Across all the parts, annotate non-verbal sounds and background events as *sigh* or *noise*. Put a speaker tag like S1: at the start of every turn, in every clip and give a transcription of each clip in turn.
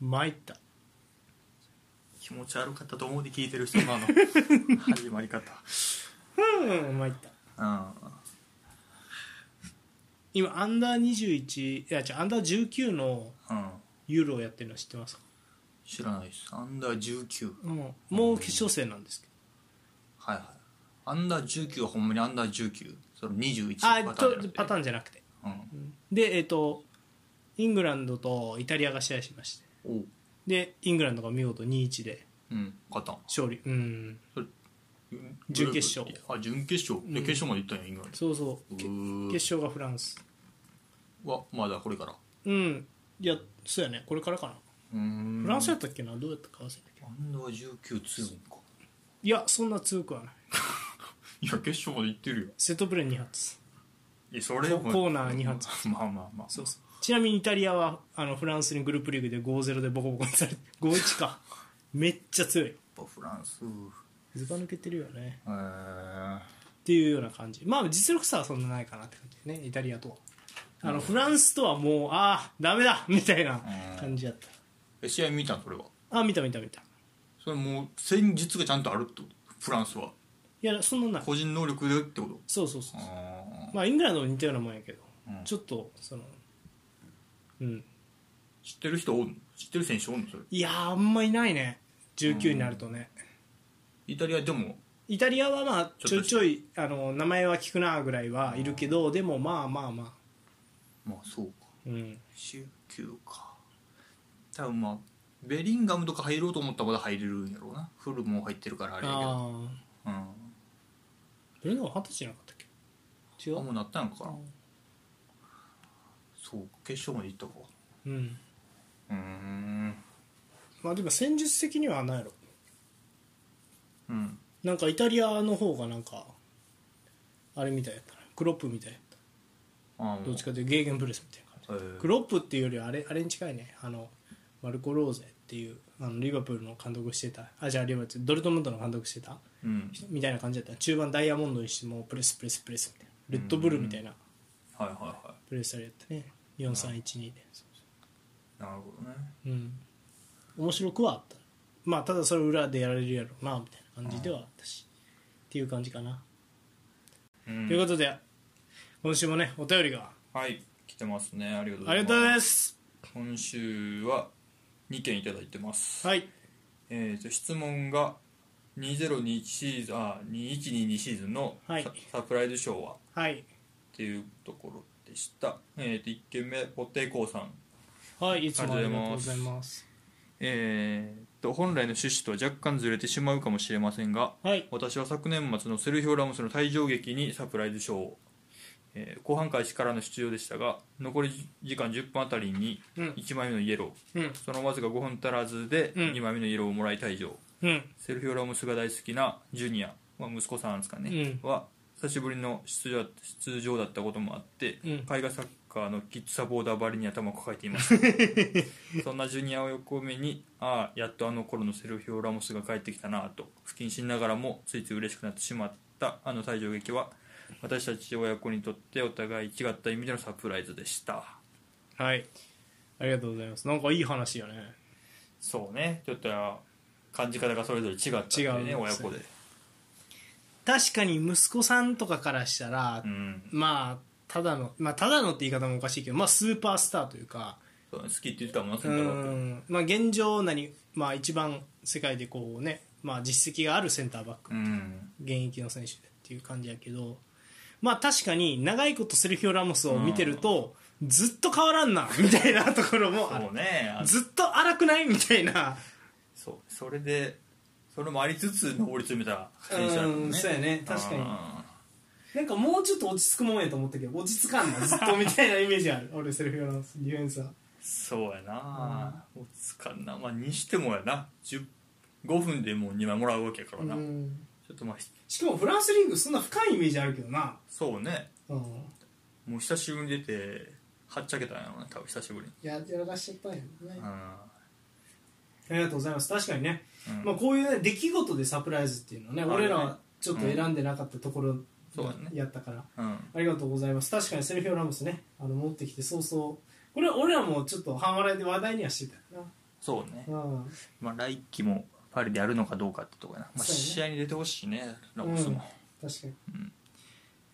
S1: 参った
S2: 気持ち悪かったと思うで聞いてる人
S1: *laughs*
S2: 今の始まり方
S1: うん参った
S2: うん
S1: 今アンダー21いや違うアンダー19の
S2: うん
S1: ユーロをやってるの知ってますか、
S2: 知らないですアンダー19
S1: うん、もう決勝戦なんですけど
S2: はいはいアンダー19はほんまにアンダー19その21
S1: あパ
S2: パタ
S1: タ
S2: ーンじゃなくて
S1: パターンじゃなくて
S2: うん
S1: でえっ、とイングランドとイタリアが試合しまして
S2: おう
S1: でイングランドが見事2-1で
S2: うん勝ったん
S1: 勝利うん
S2: グルー
S1: 準
S2: プ
S1: 決勝
S2: あ準決勝で
S1: うん
S2: 決勝まで行ったんやイングランド
S1: そうそうけ
S2: う
S1: 決勝がフランス
S2: ーわまだこれから
S1: うんいやそうやねこれからかな
S2: うーん
S1: フランスやったっけなどうやったか忘れたけど
S2: アンダー19強いんか
S1: いやそんな強くはない
S2: いや決勝まで行ってるよ
S1: セットプレー2発
S2: いやそれ
S1: コ
S2: も
S1: コーナー二発
S2: まあまあまあ
S1: そうそうちなみにイタリアはあのフランスにグループリーグで5-0でボコボコにされて5-1か *laughs* めっちゃ強い
S2: やっぱフランス
S1: ずば抜けてるよね
S2: えー
S1: っていうような感じまあ実力差はそんなないかなって感じねイタリアとはあの、フランスとはもうああダメだ *laughs* みたいな感じやっ
S2: え試合見たんそれは
S1: たあ見た見た見たい
S2: それもう戦術がちゃんとあるってことフランスは
S1: やそんなない
S2: 個人能力でってこと
S1: そうそうそう
S2: あ
S1: まあイングランドも似たようなもんやけど、
S2: うん
S1: ちょっとそのうん
S2: ー知ってる人おんの知ってる選手おんのそれ
S1: いやーあんまいないね19になるとね、
S2: イタリアでも
S1: イタリアはまあち
S2: ち
S1: ょい
S2: ょっと
S1: ちょいあの名前は聞くなぐらいはいるけど、でもまあまあまあ
S2: まあそうか
S1: うん
S2: 19か多分まあベリンガムとか入ろうと思ったらまだ入れるんやろうなフルも入ってるからあれやけど
S1: ああ
S2: うん
S1: ベリンガム二十歳じゃなかったっけ違
S2: あも
S1: う
S2: うなったんかな
S1: あ
S2: そうか決勝まで行ったか
S1: うん
S2: うーん
S1: まあでも戦術的にはないやろ
S2: うん
S1: なんかイタリアの方がなんかあれみたいやったなクロップみたいやった
S2: あー
S1: どっちかというとゲーゲンプレスみたいな感じ
S2: えー
S1: クロップっていうよりはあれあれに近いねあのマルコ・ローゼっていうあのリバプールの監督してたあじゃあリバプールドルトムントの監督してた
S2: うん
S1: みたいな感じだった中盤ダイヤモンドにしてもうプレスプレスプレスみたいなレッドブルみたいな
S2: はいはいは
S1: プレスされてね4312で、
S2: いなるほどね
S1: うん、面白くはあったまあただそれ裏でやられるやろうなみたいな感じではあったし、っていう感じかな、
S2: うん
S1: ということで今週もねお便りが
S2: はい来てますねありがとうご
S1: あ
S2: ざ
S1: り
S2: い
S1: が
S2: ます
S1: とうございます
S2: 今週は2件いただいてます、
S1: はい
S2: えー、と質問が2021シーズンあ2122シーズンのサ,、
S1: はい
S2: プライズショーはっ
S1: はい
S2: ていうところでした、えー、と1件目ポッテイコーさん
S1: はいいつもあ
S2: あ
S1: り
S2: り
S1: が
S2: が
S1: とう
S2: とう
S1: ご
S2: ご
S1: ざ
S2: ざ
S1: い
S2: い
S1: ます
S2: えー、と本来の趣旨とは若干ずれてしまうかもしれませんが
S1: はい
S2: 私は昨年末のセルヒオ・ラモスの退場劇にサプライズショーを、えー後半開始からの出場でしたが残り時間10分あたりに
S1: うん
S2: 1枚目のイエロー、
S1: うん
S2: そのわずか5分足らずで
S1: うん
S2: 2枚目のイエローをもらい退場、
S1: うん
S2: セルフィオ・ラムスが大好きなジュニア、まあ、息子さんですかね、は久しぶりの出場出場だったこともあって、
S1: うん
S2: 絵画サッカーのキッズサポーターばりに頭を抱えていま
S1: *laughs*
S2: したそんなジュニアを横目にああやっとあの頃のセルフィオ・ラモスが帰ってきたなぁと不謹慎ながらもついつい嬉しくなってしまったあの退場劇は私たち親子にとってお互い違った意味でのサプライズでした
S1: はいありがとうございますなんかいい話よね
S2: そうねちょっと感じ方がそれぞれ違ったんで
S1: 違うんです
S2: ね
S1: よ
S2: 親子で
S1: 確かに息子さんとかからしたら、
S2: うん
S1: まあただのまあただのって言い方もおかしいけどまあスーパースターというか
S2: そう好きって言ってたもんな
S1: う
S2: センターバック
S1: んまあ現状何まあ一番世界でこうねまあ実績があるセンターバック
S2: うん
S1: 現役の選手でっていう感じやけどまあ確かに長いことセルヒオ・ラモスを見てるとずっと変わらんなみたいなところもある
S2: そうねあ
S1: ずっと荒くないみたいな
S2: そうそれでそれもありつつ上り詰めただも
S1: うんそうやね確かに
S2: あ
S1: なんかもうちょっと落ち着くもんやと思ったけど落ち着かんなずっとみたいなイメージある俺セルフィオランスディフェンサー
S2: ーそうやな落ち着かんなまあにしてもやな10 5分でもう2枚もらうわけやからな、
S1: うん
S2: ちょっとまあひ
S1: しかもフランスリーグそんな深いイメージあるけどな
S2: そうね
S1: うん
S2: もう久しぶりに出てはっちゃけたんやろうね多分久しぶりに
S1: ややらしちゃったんやね
S2: うん
S1: ありがとうございます確かにね、
S2: うん
S1: まあ、こういう、ね、出来事でサプライズっていうのはね
S2: あるね
S1: 俺らはちょっと選んでなかったところ
S2: そうだね
S1: やったから、
S2: うん
S1: ありがとうございます確かにセルフィオランスねあの持ってきて早々これは俺らもちょっと半笑いで話題にはしてたよな
S2: そうね、
S1: うん
S2: まあ、来季もパリでやるのかどうかってとこやな、まあ、
S1: そうやね
S2: 試合に出てほしいねラモスも、
S1: 確かに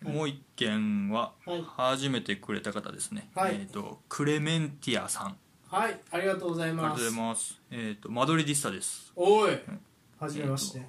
S1: うん
S2: もう一件は
S1: はい
S2: 初めてくれた方ですね、
S1: はい
S2: えっ、とクレメンティアさんあ
S1: はいありがとうござい
S2: りがと
S1: ま
S2: うご
S1: す
S2: ざいますえっ、とマドリディスタです
S1: おいはじめまして、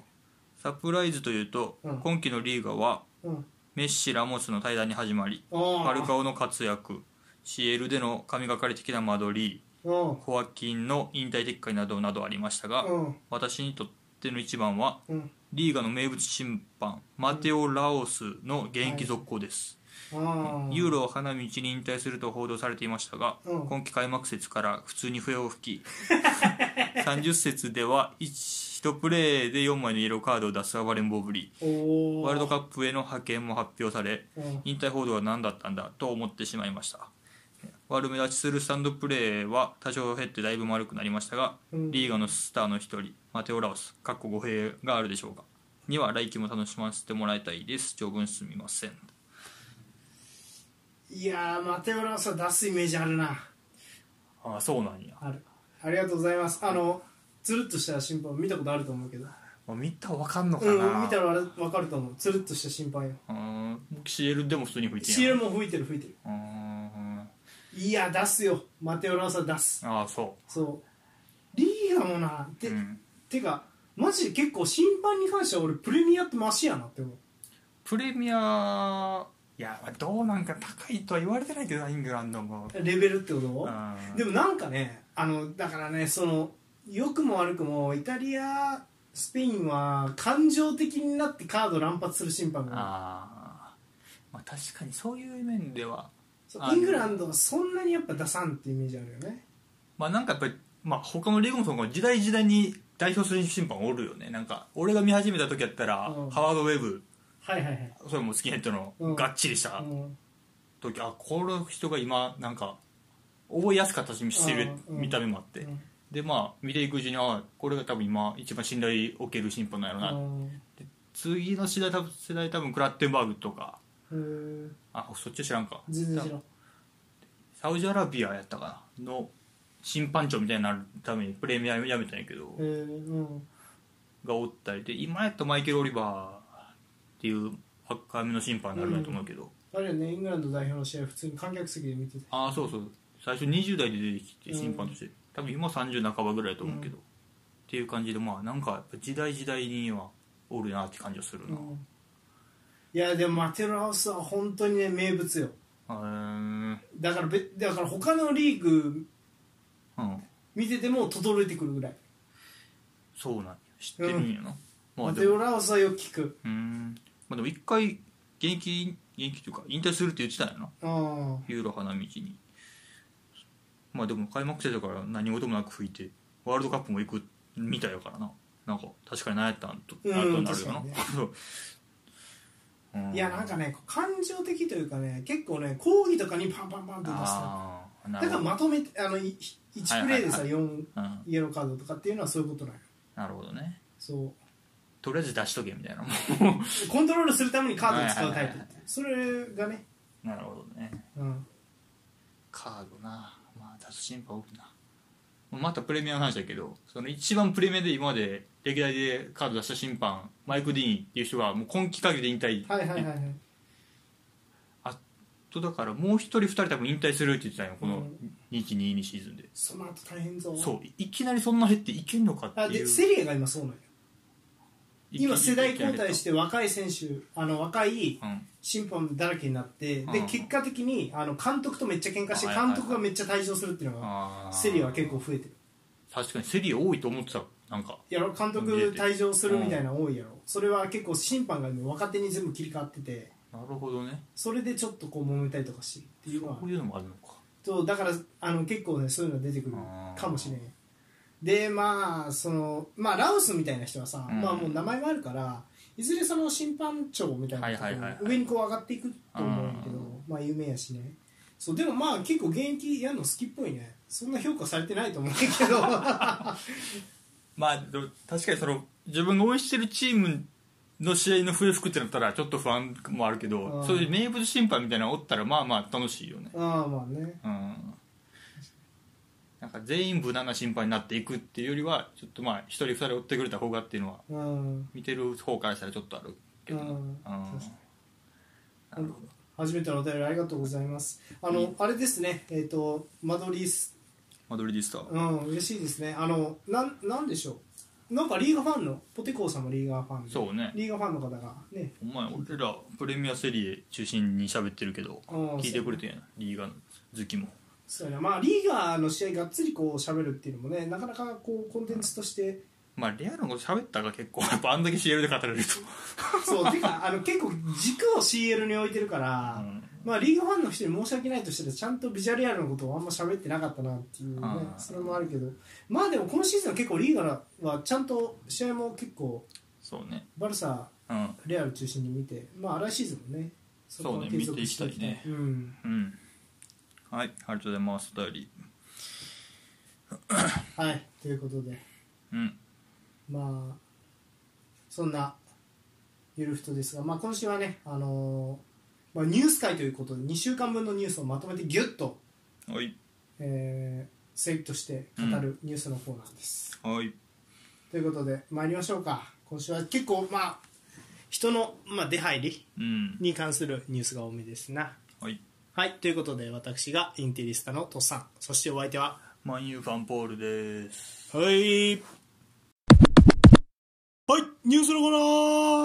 S2: サプライズというと、
S1: うん
S2: 今季のリーガは
S1: うん
S2: メッシラモスの対談に始まり
S1: あ
S2: ファルカオの活躍 CL での神がかり的な間取り
S1: うん
S2: ホアキンの引退撤回などなどありましたが、
S1: うん
S2: 私にとっての一番は
S1: うん
S2: リーガの名物審判マテオ・ラオスの現役続行です、
S1: あ
S2: ユーロを花道に引退すると報道されていましたが、
S1: うん
S2: 今季開幕節から普通に笛を吹き
S1: *laughs*
S2: 30節では 1, プレーで4枚のイエローカードを出す暴れん坊ぶり
S1: おー
S2: ワールドカップへの派遣も発表され
S1: うん
S2: 引退報道は何だったんだと思ってしまいました悪目立ちするスタンドプレーは多少減ってだいぶ丸くなりましたが、
S1: うん
S2: リーガのスターの一人マテオ・ラオスかっこ語弊があるでしょうかには来季も楽しませてもらいたいです長文すみません
S1: いやーマテオラさん出すイメージあるな
S2: ああそうなんや、
S1: あるありがとうございますあのつるっとした審判見たことあると思うけど
S2: まあ、見たらわかんのかな、
S1: うん見たらわ分かると思うつるっとした審判よ
S2: うーん CL でも普通に吹いてんや
S1: CL も吹いてる吹いてる
S2: うーん
S1: いや出すよマテオラさん出す
S2: ああそ
S1: そうリーガもな
S2: う、
S1: て,、
S2: うん
S1: てかマジで結構審判に関しては俺プレミアってマシやなって思う
S2: プレミアいやどうなんか高いとは言われてないけどなイングランドも
S1: レベルってこと
S2: うん
S1: でもなんかねあのだからねその良くも悪くもイタリアスペインは感情的になってカード乱発する審判が
S2: あー、まあ確かにそういう面では
S1: そう
S2: あの
S1: イングランドはそんなにやっぱ出さんってイメージあるよね
S2: まあなんかやっぱり、まあ、他のリーグもそうかも時代時代に代表する審判おるよねなんか俺が見始めた時やったら、
S1: うん
S2: ハワード・ウェブ
S1: はいはいはい、
S2: それもスキンヘッドの
S1: うん
S2: がっちりした
S1: うん
S2: 時、あこの人が今なんか覚えやすかったししてる
S1: うん
S2: 見た目もあって、
S1: うん
S2: でまあ見ていくうちにあこれが多分今一番信頼を受ける審判なんやろな、次の世代多分世代多分クラッテンバーグとか
S1: うんへー
S2: あそっち知らんか
S1: 全然知らん
S2: サウジアラビアやったかなの審判長みたいになるためにプレミアやめたんやけど、
S1: へーうん
S2: がおったりで今やったらマイケル・オリバーっていう赤めの審判になるんやと思うけど、
S1: あれよねイングランド代表の試合普通に観客席で見てた
S2: ああそうそう最初20代で出てきて審判として、多分今30半ばぐらいだと思うけど、っていう感じでまあなんかやっぱ時代時代にはおるなって感じはするな、
S1: いやでもマテロハウスは本当にね名物よ
S2: うん、
S1: だからべだから他のリーグ
S2: うん
S1: 見てても轟いてくるぐらい
S2: そうなんや知ってるんやな、まあ
S1: マ
S2: で
S1: テ
S2: も
S1: オ・ラオスはよく聞く
S2: うんまあでも一回現役現役というか引退するって言ってたんやな
S1: あ
S2: ユーロ花道にまあでも開幕戦だから何事もなく吹いてワールドカップも行くみたいやからななんか確かに何やったんと
S1: うん
S2: なるとなるよ
S1: 確
S2: な、
S1: かにね
S2: *laughs* うん
S1: いやなんかね感情的というかね結構ね抗議とかにパンパンパンって出した
S2: ああな
S1: だ
S2: る
S1: から
S2: ほど、
S1: まとめてあのい1プレーでさ
S2: は
S1: 4
S2: うん、
S1: イエローカードとかっていうのはそういうことない
S2: なるほどね
S1: そう
S2: とりあえず出しとけみたいな
S1: コントロールするためにカードを使うタイ
S2: はいはいはい
S1: プ
S2: はい
S1: それがね
S2: *laughs* なるほどね
S1: うん
S2: カードなまあ出す審判多くなまたプレミアの話だけどその一番プレミアで今まで歴代でカード出した審判マイク・ディーンっていう人がもう今季限りで引退
S1: はいはいはいはい
S2: とだからもう一人二人多分引退するって言ってたんよこ
S1: う
S2: の
S1: ん
S2: 2122シーズンで、
S1: その後大変ぞ
S2: そういきなりそんな減っていけんのかって
S1: あ
S2: い
S1: で
S2: う、
S1: セリエが今そうなんよ今世代交代してて若い選手あの若い
S2: うん、
S1: 審判だらけになってで
S2: うん
S1: 結果的にあの監督とめっちゃ喧嘩して
S2: はいはい
S1: 監督がめっちゃ退場するっていうのが
S2: あー
S1: セリエは結構増えてる
S2: 確かにセリエ多いと思ってたなんか
S1: やろ監督退場するみたいなの多いやろそれは結構審判がね若手に全部切り替わってて
S2: なるほどね
S1: それでちょっとこう揉めたりとかしてっていうのは
S2: こういうのもあるのか
S1: そうだからあの結構ねそういうのが出てくるかもしれんでまあそのまあラオスみたいな人はさ、
S2: うん
S1: まあもう名前があるからいずれその審判長みたいな人
S2: はいはいはいはい
S1: 上にこう上がっていくと思うんだけど、
S2: うん
S1: まあ有名やしねそうでもまあ結構現役やるの好きっぽいねそんな評価されてないと思うけ *laughs* ど
S2: まあでも確かにその自分が応援してるチームの試合の笛吹くってなったらちょっと不安もあるけ
S1: う
S2: ど
S1: ん
S2: そういう名物審判みたいなのおったらまあまあ楽しいよね
S1: ああまあね
S2: うんなんか全員無難な審判になっていくっていうよりはちょっとまあ一人二人追ってくれた方がっていうのは
S1: うん
S2: 見てる方からしたらちょっとあるけどな
S1: うん
S2: うん
S1: 確かに初めてのお便りありがとうございますあの、
S2: うん
S1: あれですねえっ、と間取りす
S2: マドリディスター
S1: うん嬉しいですねあのなんなんでしょうなんかリーガファンのポテコーさんもリーガファンで
S2: そうね
S1: リーガファンの方がね
S2: お前俺らプレミアセリエ中心に喋ってるけど
S1: うん
S2: 聞いてくれてんやなリーガの好きも
S1: そうやなまあリーガの試合がっつりこう喋るっていうのもねなかなかこうコンテンツとして
S2: まあレアのこと喋ったが結構やっぱあんだけ CL で語れると
S1: そうてかあの結構軸を CL に置いてるから、
S2: うん
S1: まあ、リーグファンの人に申し訳ないとしたらちゃんとビジャレアルのことをあんま喋ってなかったなっていうね
S2: あー
S1: それもあるけどまあでも今シーズンは結構リーガはちゃんと試合も結構
S2: そうね
S1: バルサ
S2: うん
S1: レアル中心に見てまあ来シーズンもねこは
S2: そうね
S1: 継続して
S2: 見ていきたいね
S1: うん
S2: うんはいありがとうございますお便り
S1: はいということで
S2: うん
S1: まあそんなゆるふとですが、まあ、今週はね、あのーまあ、ニュース会ということで2週間分のニュースをまとめてギュッと、
S2: はい
S1: えー、整理として語るニュースのコーナーです、
S2: はい
S1: ということで参りましょうか今週は結構まあ人の、まあ、出入り
S2: うん
S1: に関するニュースが多めですな
S2: はい
S1: はいということで私がインテリスタのとっさんそしてお相手は
S2: マンユーファンポールです
S1: はいはいニュースのコーナ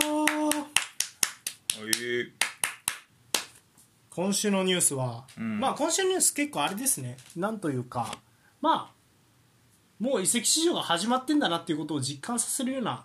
S1: ー
S2: はい
S1: 今週のニュースは、
S2: ん
S1: まあ今週のニュース結構あれですねなんというかまあもう移籍市場が始まってんだなっていうことを実感させるような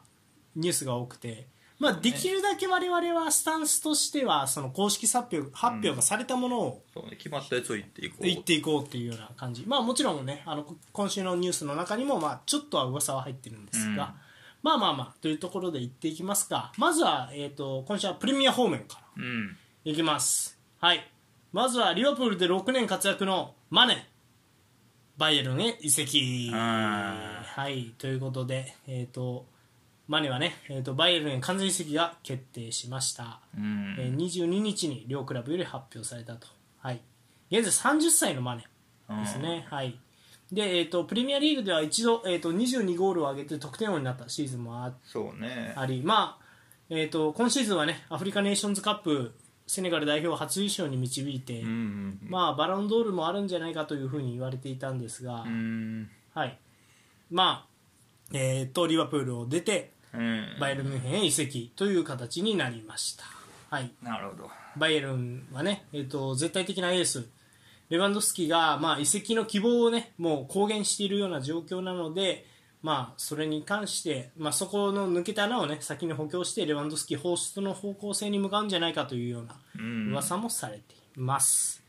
S1: ニュースが多くて、まあ、できるだけ我々はスタンスとしてはその公式発表発表がされたものを
S2: そうね決まったやつを言っていこう
S1: 言っていこうっていうような感じ、まあ、もちろんねあのこ今週のニュースの中にもまあちょっとは噂は入ってるんですが、まあまあまあというところで言っていきますがまずは、えー、と今週はプレミア方面から。
S2: うん
S1: いきます。はい。まずはリバプールで6年活躍のマネ。バイエルンへ移籍。
S2: あ
S1: はい。ということで、えっ、と、マネはね、えーと、バイエルンへ完全移籍が決定しました。
S2: うん
S1: えー22日に両クラブより発表されたと。はい。現在30歳のマネですね。はい。で、えっ、と、プレミアリーグでは一度、えっ、と、22ゴールを挙げて得点王になったシーズンもあっ
S2: そうね
S1: あり、まあえー、と今シーズンは、ね、アフリカネーションズカップセネガル代表を初優勝に導いて、
S2: うんうん
S1: まあ、バロンドールもあるんじゃないかというふうに言われていたんですが、
S2: うん
S1: はいまあえー、とリバプールを出て
S2: うん
S1: バイエルンミュンヘンへ移籍という形になりました。はい、
S2: なるほど
S1: バイエルンはね、えー、と絶対的なエースレバンドフスキが、まあ、移籍の希望を、ね、もう公言しているような状況なので、まあ、それに関して、まあ、そこの抜けた穴を、ね、先に補強してレバンドフスキ放出の方向性に向かうんじゃないかというような
S2: うん
S1: 噂もされています。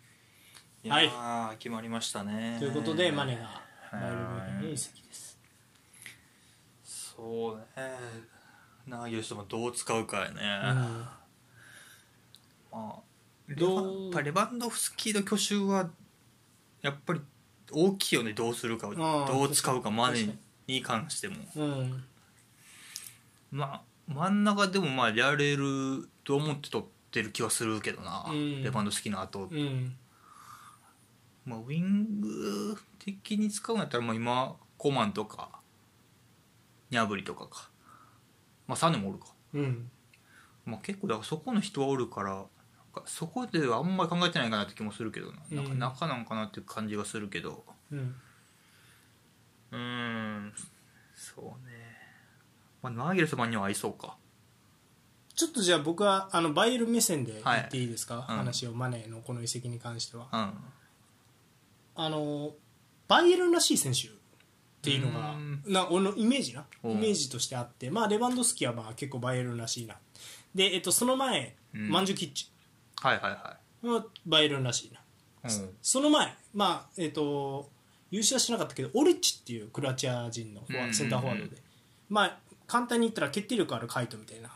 S2: いやー決まりましたね
S1: ということでマネがバイエルンミュンヘンへ移籍です。
S2: そうねナーギルスもどう使うかやね、
S1: うん
S2: まあレバ
S1: どう
S2: やっぱレバンドフスキーの去就はやっぱり大きいよねどうするかを
S1: あー
S2: どう使うかマ
S1: 確
S2: ネ
S1: か
S2: に関しても
S1: うん
S2: まあ真ん中でもまあやれると思って取ってる気はするけどな、
S1: うん
S2: レバンドフスキーの後、
S1: うん
S2: まあ、ウィング的に使うんやったらまあ今コマンとかニャブリとかかまあサネもおるか
S1: うん
S2: まあ、結構だからそこの人はおるからなんかそこではあんまり考えてないかなって気もするけどな,、なん
S1: う
S2: か
S1: ん
S2: 中なんかなっていう感じがするけど
S1: うん
S2: うーんそうね、まあ、ナーゲル様には合いそうか
S1: ちょっとじゃあ僕はあのバイエルン目線で言っていいですか、
S2: いうん
S1: 話をマネのこの移籍に関しては。
S2: うん
S1: あのバイエルンらしい選手っていうのが
S2: うん
S1: な俺のイメージなイ
S2: うん
S1: メージとしてあって、まあ、レバンドフスキはまあ結構バイエルンらしいなで、えっと、その前、
S2: うん
S1: マンジュキッチ
S2: はいはいは、
S1: はバイエルンらしいない
S2: うん
S1: その前、まあえっと、優勝はしなかったけどオリッチっていうクロアチア人のフォワ
S2: うん
S1: センターフォワードで、まあ、簡単に言ったら決定力あるカイトみたいな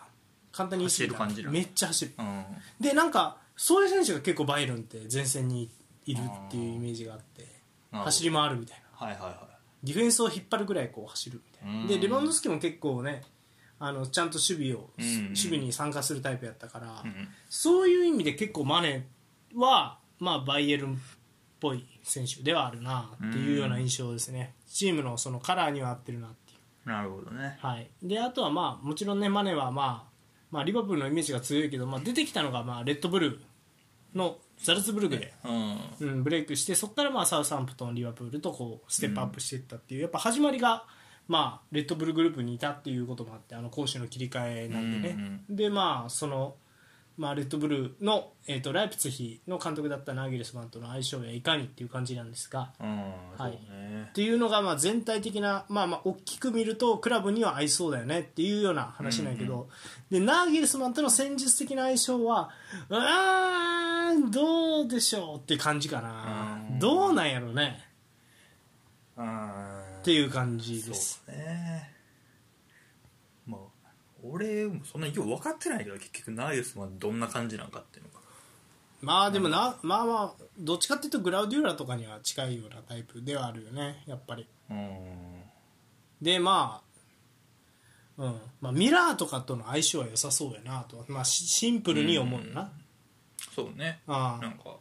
S1: 簡単に言い過ぎたら
S2: 走る感じだ
S1: めっちゃ走る
S2: うん、
S1: でなんかそういう選手が結構バイエルンって前線にいるっていうイメージがあって
S2: あー
S1: 走り回るみたいな
S2: はいはいは
S1: ディフェンスを引っ張るぐらいこう走るみたいな
S2: う
S1: で
S2: ん
S1: レバンドフスキも結構ねあのちゃんと守備を、
S2: うんうん
S1: 守備に参加するタイプやったから、
S2: うん
S1: そういう意味で結構マネは、まあ、バイエルンっぽい選手ではあるなっていうような印象ですね、チームのそのカラーには合ってるなっていう、
S2: なるほどね
S1: はい、であとは、まあ、もちろんね、マネは、まあまあ、リバプールのイメージが強いけど、まあ、出てきたのが、まあ、レッドブルーのザルツブルクで、
S2: うん
S1: うん、ブレイクして、そこから、まあ、サウサンプトン、リバプールとこうステップアップしていったっていう、やっぱ始まりが、まあ、レッドブルグループにいたっていうこともあって、あの攻守の切り替えなんでね。
S2: うん
S1: でまあそのまあ、レッドブルーの、えー、とライプツィヒの監督だったナーゲルスマンとの相性やいかにっていう感じなんですが
S2: うんそう
S1: はい
S2: ね
S1: っていうのがまあ全体的な、まあ、まあ大きく見るとクラブには合いそうだよねっていうような話なんやけど、でナーゲルスマンとの戦術的な相性はうーんどうでしょうって感じかな
S2: うん
S1: どうなんやろね
S2: あー
S1: っていう感じです
S2: そうねまあ俺もそんなによう分かってないけど結局ナイスマンどんな感じなんかっていうのが
S1: まあでもな、まあまあどっちかっていうとグラウディオラとかには近いようなタイプではあるよねやっぱり。
S2: うん
S1: でまあ、うんまあ、ミラーとかとの相性は良さそうやなと、まあ、シシンプルに思うよな、
S2: そうね
S1: あ
S2: なんか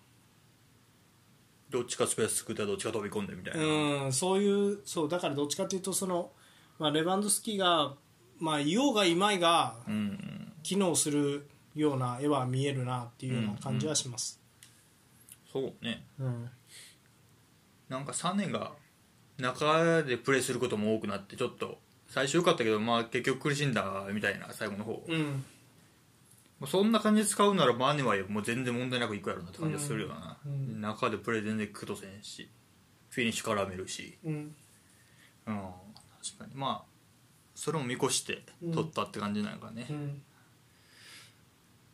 S2: どっちかスペース作ってどっちか飛び込んでみたい
S1: あ
S2: な、
S1: うんそういうそうだからどっちかというとその、まあ、レバンドフスキが、まあ、いようがいまいが
S2: うん
S1: 機能するような絵は見えるなっていうような感じはします、
S2: そうね
S1: うん
S2: なんか3年が中でプレーすることも多くなってちょっと最初良かったけど、まあ、結局苦しんだみたいな最後の方、も
S1: うん
S2: うそんな感じで使うならマネはもう全然問題なくいくやろうなって感じがするよな、
S1: うんう
S2: 中でプレー全然苦とせんしフィニッシュ絡めるし、
S1: うん
S2: うん、確かにまあそれも見越して取ったって感じなのかね、
S1: うん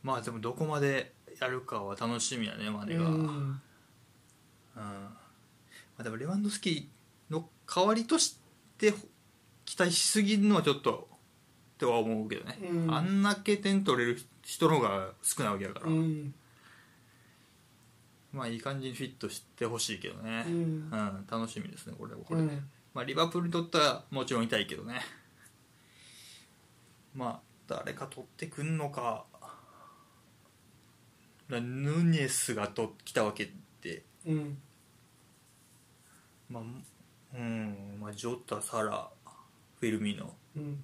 S2: まあでもどこまでやるかは楽しみやねマネが、
S1: うん
S2: うんまあ、でもレバンドフスキーの代わりとして期待しすぎるのはちょっととは思うけどね、
S1: うん
S2: あんだけ点取れる人の方が少ないわけだから、
S1: うん
S2: まあいい感じにフィットしてほしいけどね、
S1: うん
S2: うん楽しみですねこれはこ
S1: う
S2: れで、
S1: ん
S2: まあ、リバプールにとってはもちろん痛いけどね *laughs* まあ誰か取ってくんのかだヌニェスがと来たわけで
S1: うん
S2: まあ、うん、まあ、ジョタ、サラ、フィルミーノ。
S1: うん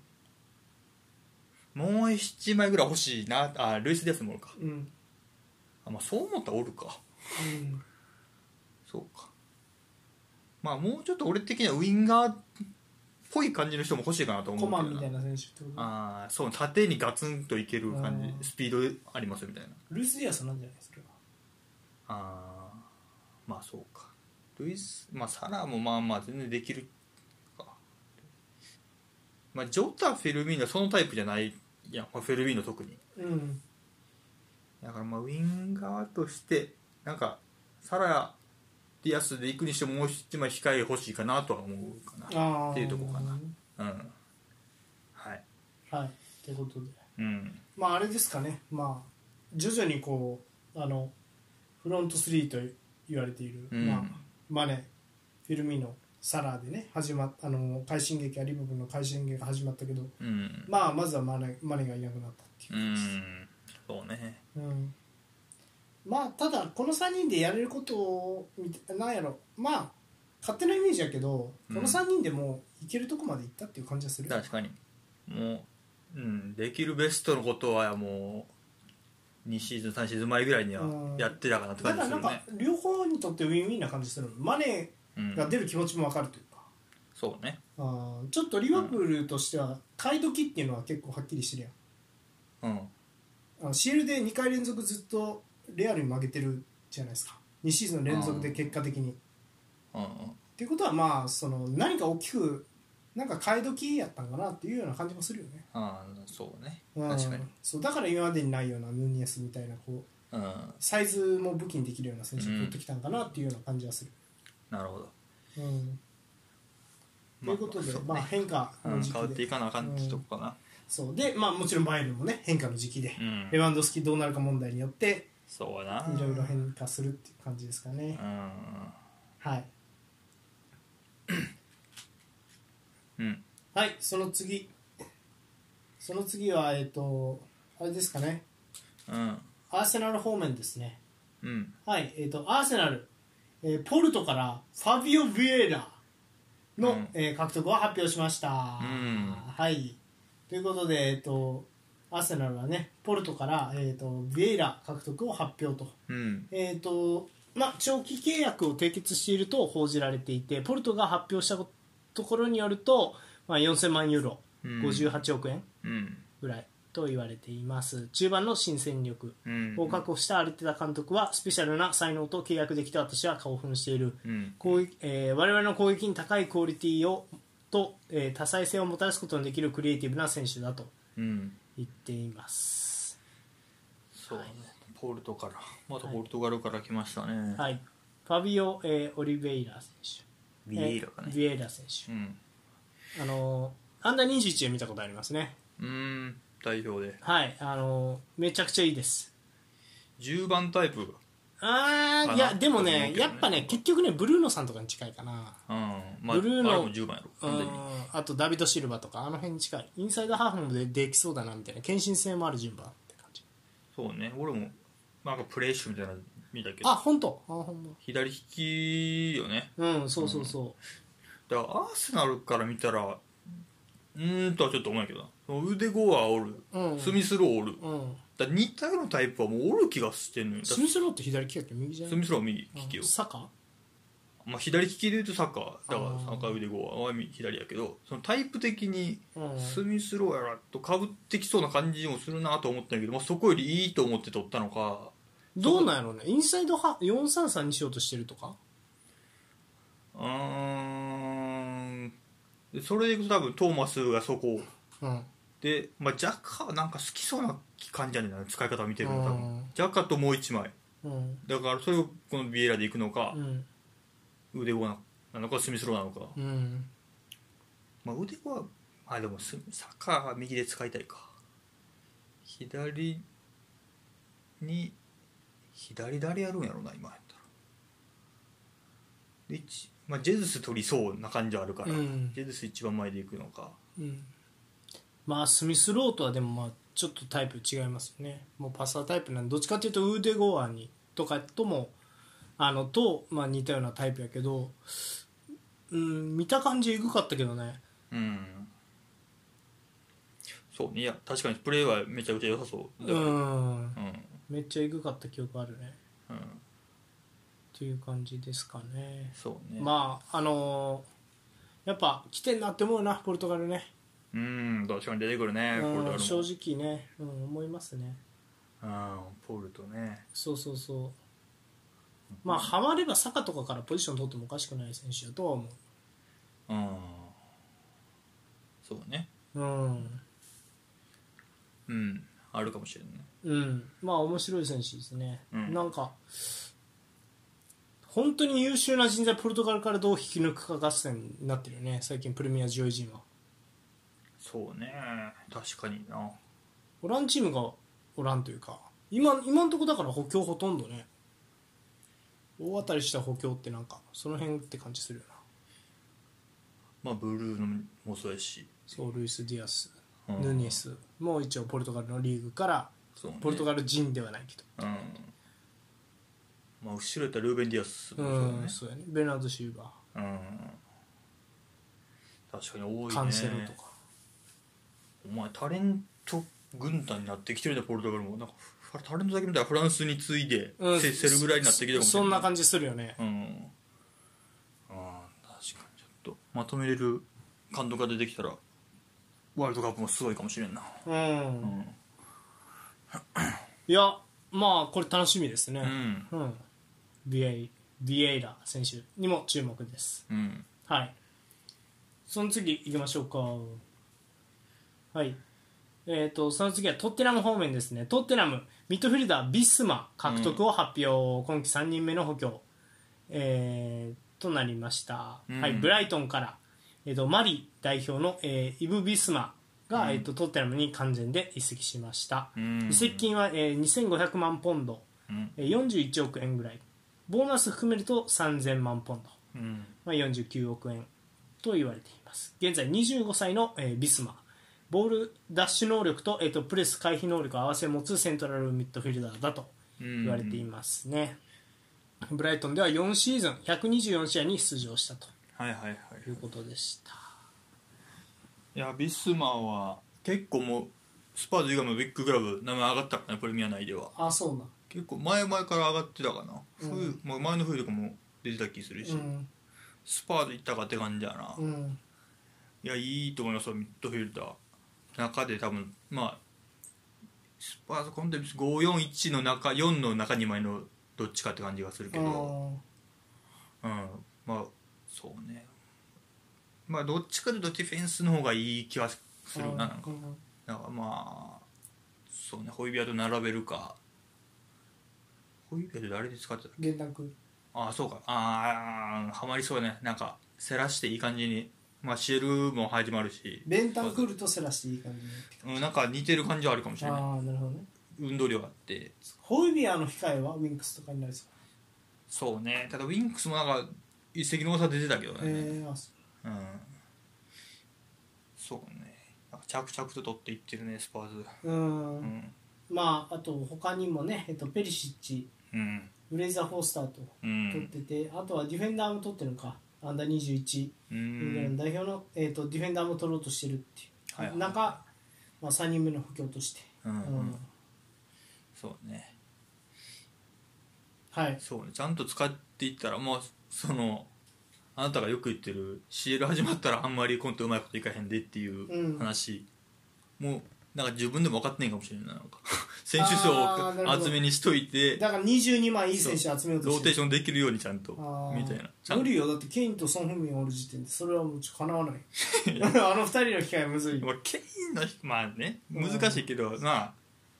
S2: もう7枚ぐらい欲しいな。あ、ルイス・デスもおるか。
S1: うん
S2: あ、まあ、そう思ったらおるか。
S1: うん
S2: そうか。まあ、もうちょっと俺的にはウィンガーっぽい感じの人も欲しいかなと思
S1: コ
S2: う
S1: マ
S2: け
S1: ンみ
S2: ど
S1: た。
S2: な
S1: な
S2: い
S1: 選手ってこと
S2: ああ、そう、縦にガツンといける感
S1: うん
S2: じ。スピードありますよみたいな。
S1: ルイス・ディアスなんじゃないですか
S2: ああ、まあそうか。ルイス、まあサラもまあまあ全然できるか。まあジョタ、フェルミーノはそのタイプじゃない。いや、まあフェルミーノ特に。
S1: うん
S2: だからまあウィン側としてなんかサラディアスで行くにしてももう一枚控え欲しいかなとは思うかな
S1: あー
S2: っていうとこかなうんはい
S1: はいということで
S2: うん
S1: まああれですかねまあ徐々にこうあのフロント3と言われている、
S2: うん
S1: まあ、マネフィルミーノサラーでね始まっあの快進撃アリバブの快進撃が始まったけど
S2: うん
S1: まあまずはマネマネがいなくなったっていうう、
S2: んそうね
S1: うんまあただこの3人でやれることを見てなんやろまあ勝手なイメージやけどこの3人でもういけるとこまで行ったっていう感じがする、
S2: 確かにもう、うん、できるベストのことはもう2シーズン3シーズン前ぐらいには
S1: うん
S2: やってたかなって
S1: だ
S2: 感
S1: か
S2: じ
S1: ら
S2: す
S1: なん
S2: る
S1: か
S2: ね、
S1: 両方にとってウィンウィンな感じするのマネ
S2: う
S1: が
S2: ん、
S1: 出る気持ちも分かるというか、
S2: そうね
S1: あーちょっとリバプールとしては買い時っていうのは結構はっきりしてるやん
S2: うん
S1: あのシールで2回連続ずっとレアルに負けてるじゃないですか2シーズン連続で結果的に
S2: うん
S1: っていうことはまあその何か大きくなんか買い時やったんかなっていうような感じもするよね、
S2: ああそうね
S1: うん
S2: 確かに
S1: そうだから今までにないようなヌニエスみたいなこう
S2: うん
S1: サイズも武器にできるような選手を取ってきたんかなっていうような感じがする、
S2: なるほど
S1: うんと
S2: ま
S1: いう
S2: あ
S1: ことで、
S2: そうね
S1: まあ、変化
S2: う
S1: の
S2: ん
S1: 時
S2: 変わっ
S1: 期
S2: て
S1: で、
S2: いかなあかんってとこかな
S1: そうで、まあ、もちろんバイエルンもね変化の時期で、
S2: うん
S1: レバンドフスキどうなるか問題によって
S2: そうやない
S1: ろいろ変化するっていう感じですかね
S2: う、ん
S1: はい、
S2: うん
S1: はい、その次その次はえっ、とあれですかね
S2: うん
S1: アーセナル方面ですね
S2: うん
S1: はいえっ、とアーセナル、ええーポルトからファビオ・ビエラの、
S2: うん
S1: えー獲得を発表しました、
S2: うん
S1: はいということで、えー、とアーセナルはねポルトから、えー、とビエラ獲得を発表と,、
S2: うん
S1: えーとまあ、長期契約を締結していると報じられていてポルトが発表したこところによると、まあ、4000万ユーロ
S2: うん
S1: 58億円
S2: うん
S1: ぐらいと言われています中盤の新戦力
S2: うん
S1: を確保したアルテタ監督はスペシャルな才能と契約できて私は興奮している
S2: うん
S1: 攻撃、えー我々の攻撃に高いクオリティをと、えー多彩性をもたらすことのできるクリエイティブな選手だと
S2: うん
S1: 言っています
S2: そうねポルトからまたポルトガルから来ましたね
S1: はいファビオ、えーオリベイラ選手
S2: ビエイラか
S1: えー
S2: ね
S1: ビエイラ選手、
S2: うん
S1: あのーアンダー21で見たことありますね
S2: うん代表で
S1: はいあのーめちゃくちゃいいです
S2: 10番タイプ
S1: あ
S2: か
S1: あ
S2: ない
S1: やでもね
S2: と思うけど
S1: や
S2: ね
S1: っぱね結局ねブルーノさんとかに近いかな
S2: うんまああ
S1: ブルーの
S2: れも10番やろ
S1: う
S2: 完全
S1: ん
S2: に
S1: あとダビド・シルバとかあの辺に近いインサイドハーフもでできそうだなみたいな献身性もある順番って感じ
S2: そうね俺もなんかプレーッシュみたいなの見たけど
S1: あ本当あほんま
S2: 左利きよね
S1: うんそうそうそう、
S2: だからアーセナルから見たらうーんとはちょっと思うんやけどなその腕ゴアおる、
S1: うん
S2: スミスローおる
S1: うん、
S2: だから似たようなタイプはもうおる気がしてんのよだか
S1: スミスローって左利きだっけ右じゃ
S2: ら
S1: な
S2: ス
S1: い
S2: ミスローは右利きよ
S1: うん、サカ
S2: まあ、左利きで言うとサッカーだから
S1: あー
S2: サッカー腕ゴアは左やけどそのタイプ的に
S1: うん
S2: スミスローやらとかぶってきそうな感じもするなと思ったんやけど、まあ、そこよりいいと思って取ったのか
S1: どうなんやろうねインサイドハ433にしようとしてるとか
S2: うーんそれでいくと多分トーマスがそこ
S1: うん
S2: で、まあ、ジャカはなんか好きそうな感じじゃない使い方を見てるの多
S1: う
S2: 分
S1: ん
S2: ジャカともう一枚
S1: うん
S2: だからそれをこのビエラでいくのか
S1: う、ん
S2: 腕ゴアなのかスミスローなのか、
S1: うん
S2: まあ、腕ゴアあでもスサッカーは右で使いたいか左に左誰やるんやろな今やったらで、一まあ、ジェズス取りそうな感じはあるから、
S1: うん
S2: ジェズス一番前でいくのか
S1: うんまあスミスローとはでもまあちょっとタイプ違いますよねもうパサータイプなんでどっちかっていうとウーデゴアにとかともあのと、まあ、似たようなタイプやけどうん見た感じエグかったけどね
S2: うんそうねいや確かにプレーはめちゃくちゃ良さそうだ
S1: う
S2: から
S1: ん
S2: うん、
S1: めっちゃエグかった記憶あるね
S2: うん、
S1: っていう感じですかね
S2: そうね
S1: まああのーやっぱ来てんなって思うなポルトガルね
S2: うん確かに出てくるねポルトガル
S1: う
S2: も
S1: ん正直ね、うん、思いますね
S2: うんポルトね
S1: そうそうそうまあハマれば坂とかからポジション取ってもおかしくない選手だとは思
S2: うんそうね
S1: ううん
S2: うんあるかもしれない
S1: うんまあ面白い選手ですね、
S2: うん
S1: なんか本当に優秀な人材ポルトガルからどう引き抜くか合戦になってるよね最近プレミア上位陣は
S2: そうね確かにな
S1: おらんチームがおらんというか今今のとこだから補強ほとんどね大当たりした補強ってなんかその辺って感じするよな
S2: まあブルーのもそうやし、
S1: そうルイス・ディアス、
S2: うん
S1: ヌニエスも一応ポルトガルのリーグから
S2: そうね
S1: ポルトガル人ではないけ
S2: うんまあ後ろやったらルーベン・ディアス
S1: ど、
S2: も
S1: う
S2: そ
S1: んそうやねベルナード・シューバ
S2: うねうん確かに多い
S1: ー
S2: ね
S1: カンセロとか
S2: お前タレント軍団になってきてるねポルトガルもなんかフタレントだけ見たらフランスに次いで
S1: うん
S2: せせるぐらいになってきてるかもしれ
S1: そんな感じするよね
S2: じうんあー確かにちょっとまとめれる監督が出てきたらワールドカップもすごいかもしれんな
S1: うん、
S2: うん、
S1: いやまあこれ楽しみです
S2: う
S1: ね
S2: ん
S1: うん、ビエビエイラ選手にも注目です
S2: うん、
S1: はい。その次行きましょうか。はい。えっ、と、その次はトッテナム方面ですね。トッテナム、ミッドフィルダー、ビスマ獲得を発表。今季3人目の補強、えーとなりました。
S2: うん
S1: はい、ブライトンから、えー、とマリ代表の、えーイブ・ビスマが、
S2: うん
S1: えー、とトッテナムに完全で移籍しました。
S2: うん
S1: 移籍金は、えー、2500万ポンド、
S2: うん
S1: えー41億円ぐらい。ボーナス含めると3000万ポンド。
S2: うん
S1: まあ、49億円と言われています現在25歳の、えービスマボールダッシュ能力と,、えー、とプレス回避能力を合わせ持つセントラルミッドフィルダーだと
S2: うん
S1: 言われていますね、ブライトンでは4シーズン124試合に出場したと
S2: はいはいはい
S1: いうことでした
S2: いやビスマは結構もうスパーズ以外もビッググラブ名前上がったかなプレミア内では
S1: あそうなん
S2: 結構前々から上がってたかな、
S1: うん
S2: 冬もう前の冬とかも出てた気するし、
S1: うん
S2: スパーズ行ったかって感じやな、い
S1: うん
S2: やいいと思いますよミッドフィルダー中で多分まあスパーズコンテンツ541の中4の中2枚のどっちかって感じがするけど、うん、まあそうねまあどっちかというとディフェンスの方がいい気はするななんか
S1: うん
S2: だからまあそうねホイビアと並べるかホイビアと誰で使ってたっけ
S1: 源田君
S2: ああそうかああハマりそうねなんかせらしていい感じにまあシエルも始まるし、
S1: レンタンクールとセラしていい感じになってき
S2: うん、なんか似てる感じはあるかもしれ
S1: た
S2: ない
S1: ああなるほどね
S2: 運動量あって
S1: ホイビアの控えはウィンクスとかになりそう
S2: そうねただウィンクスもなんか一石の多さ出てたけどね、
S1: ええあそ
S2: うんそうねなんか着々と取っていってるねスパーズ
S1: ううん
S2: うん
S1: まああと他にもね、えっと、ペリシッチ
S2: うん
S1: ブレイザー・ホースターと
S2: う
S1: 取っ
S2: ん
S1: てて、あとはディフェンダーも取ってるのかアンダー21
S2: う
S1: イングラン
S2: ん
S1: ド代表の、えっとディフェンダーも取ろうとしてるっていう、
S2: はいはい
S1: 中、まあ、3人目の補強として、
S2: う
S1: うん
S2: んそうね
S1: はい
S2: そうねちゃんと使っていったらまあそのあなたがよく言ってる CL 始まったらあんまりコントうまいこといかへんでっていう話、もうなんか自分でも分かってないかもしれないなんか選手層
S1: あーなるほ
S2: を
S1: ど
S2: 集めにしといて
S1: だから22万いい選手集めようと
S2: ロ
S1: し
S2: ーテ
S1: て
S2: ーションできるようにちゃんと
S1: あー
S2: みたいなちゃん
S1: 無理よだってケインとソン・フンミンおる時点でそれはもうちょっとかなわない
S2: *laughs*
S1: あの二人の機会はむずい
S2: まあ、ケインのまあね難しいけど、まあ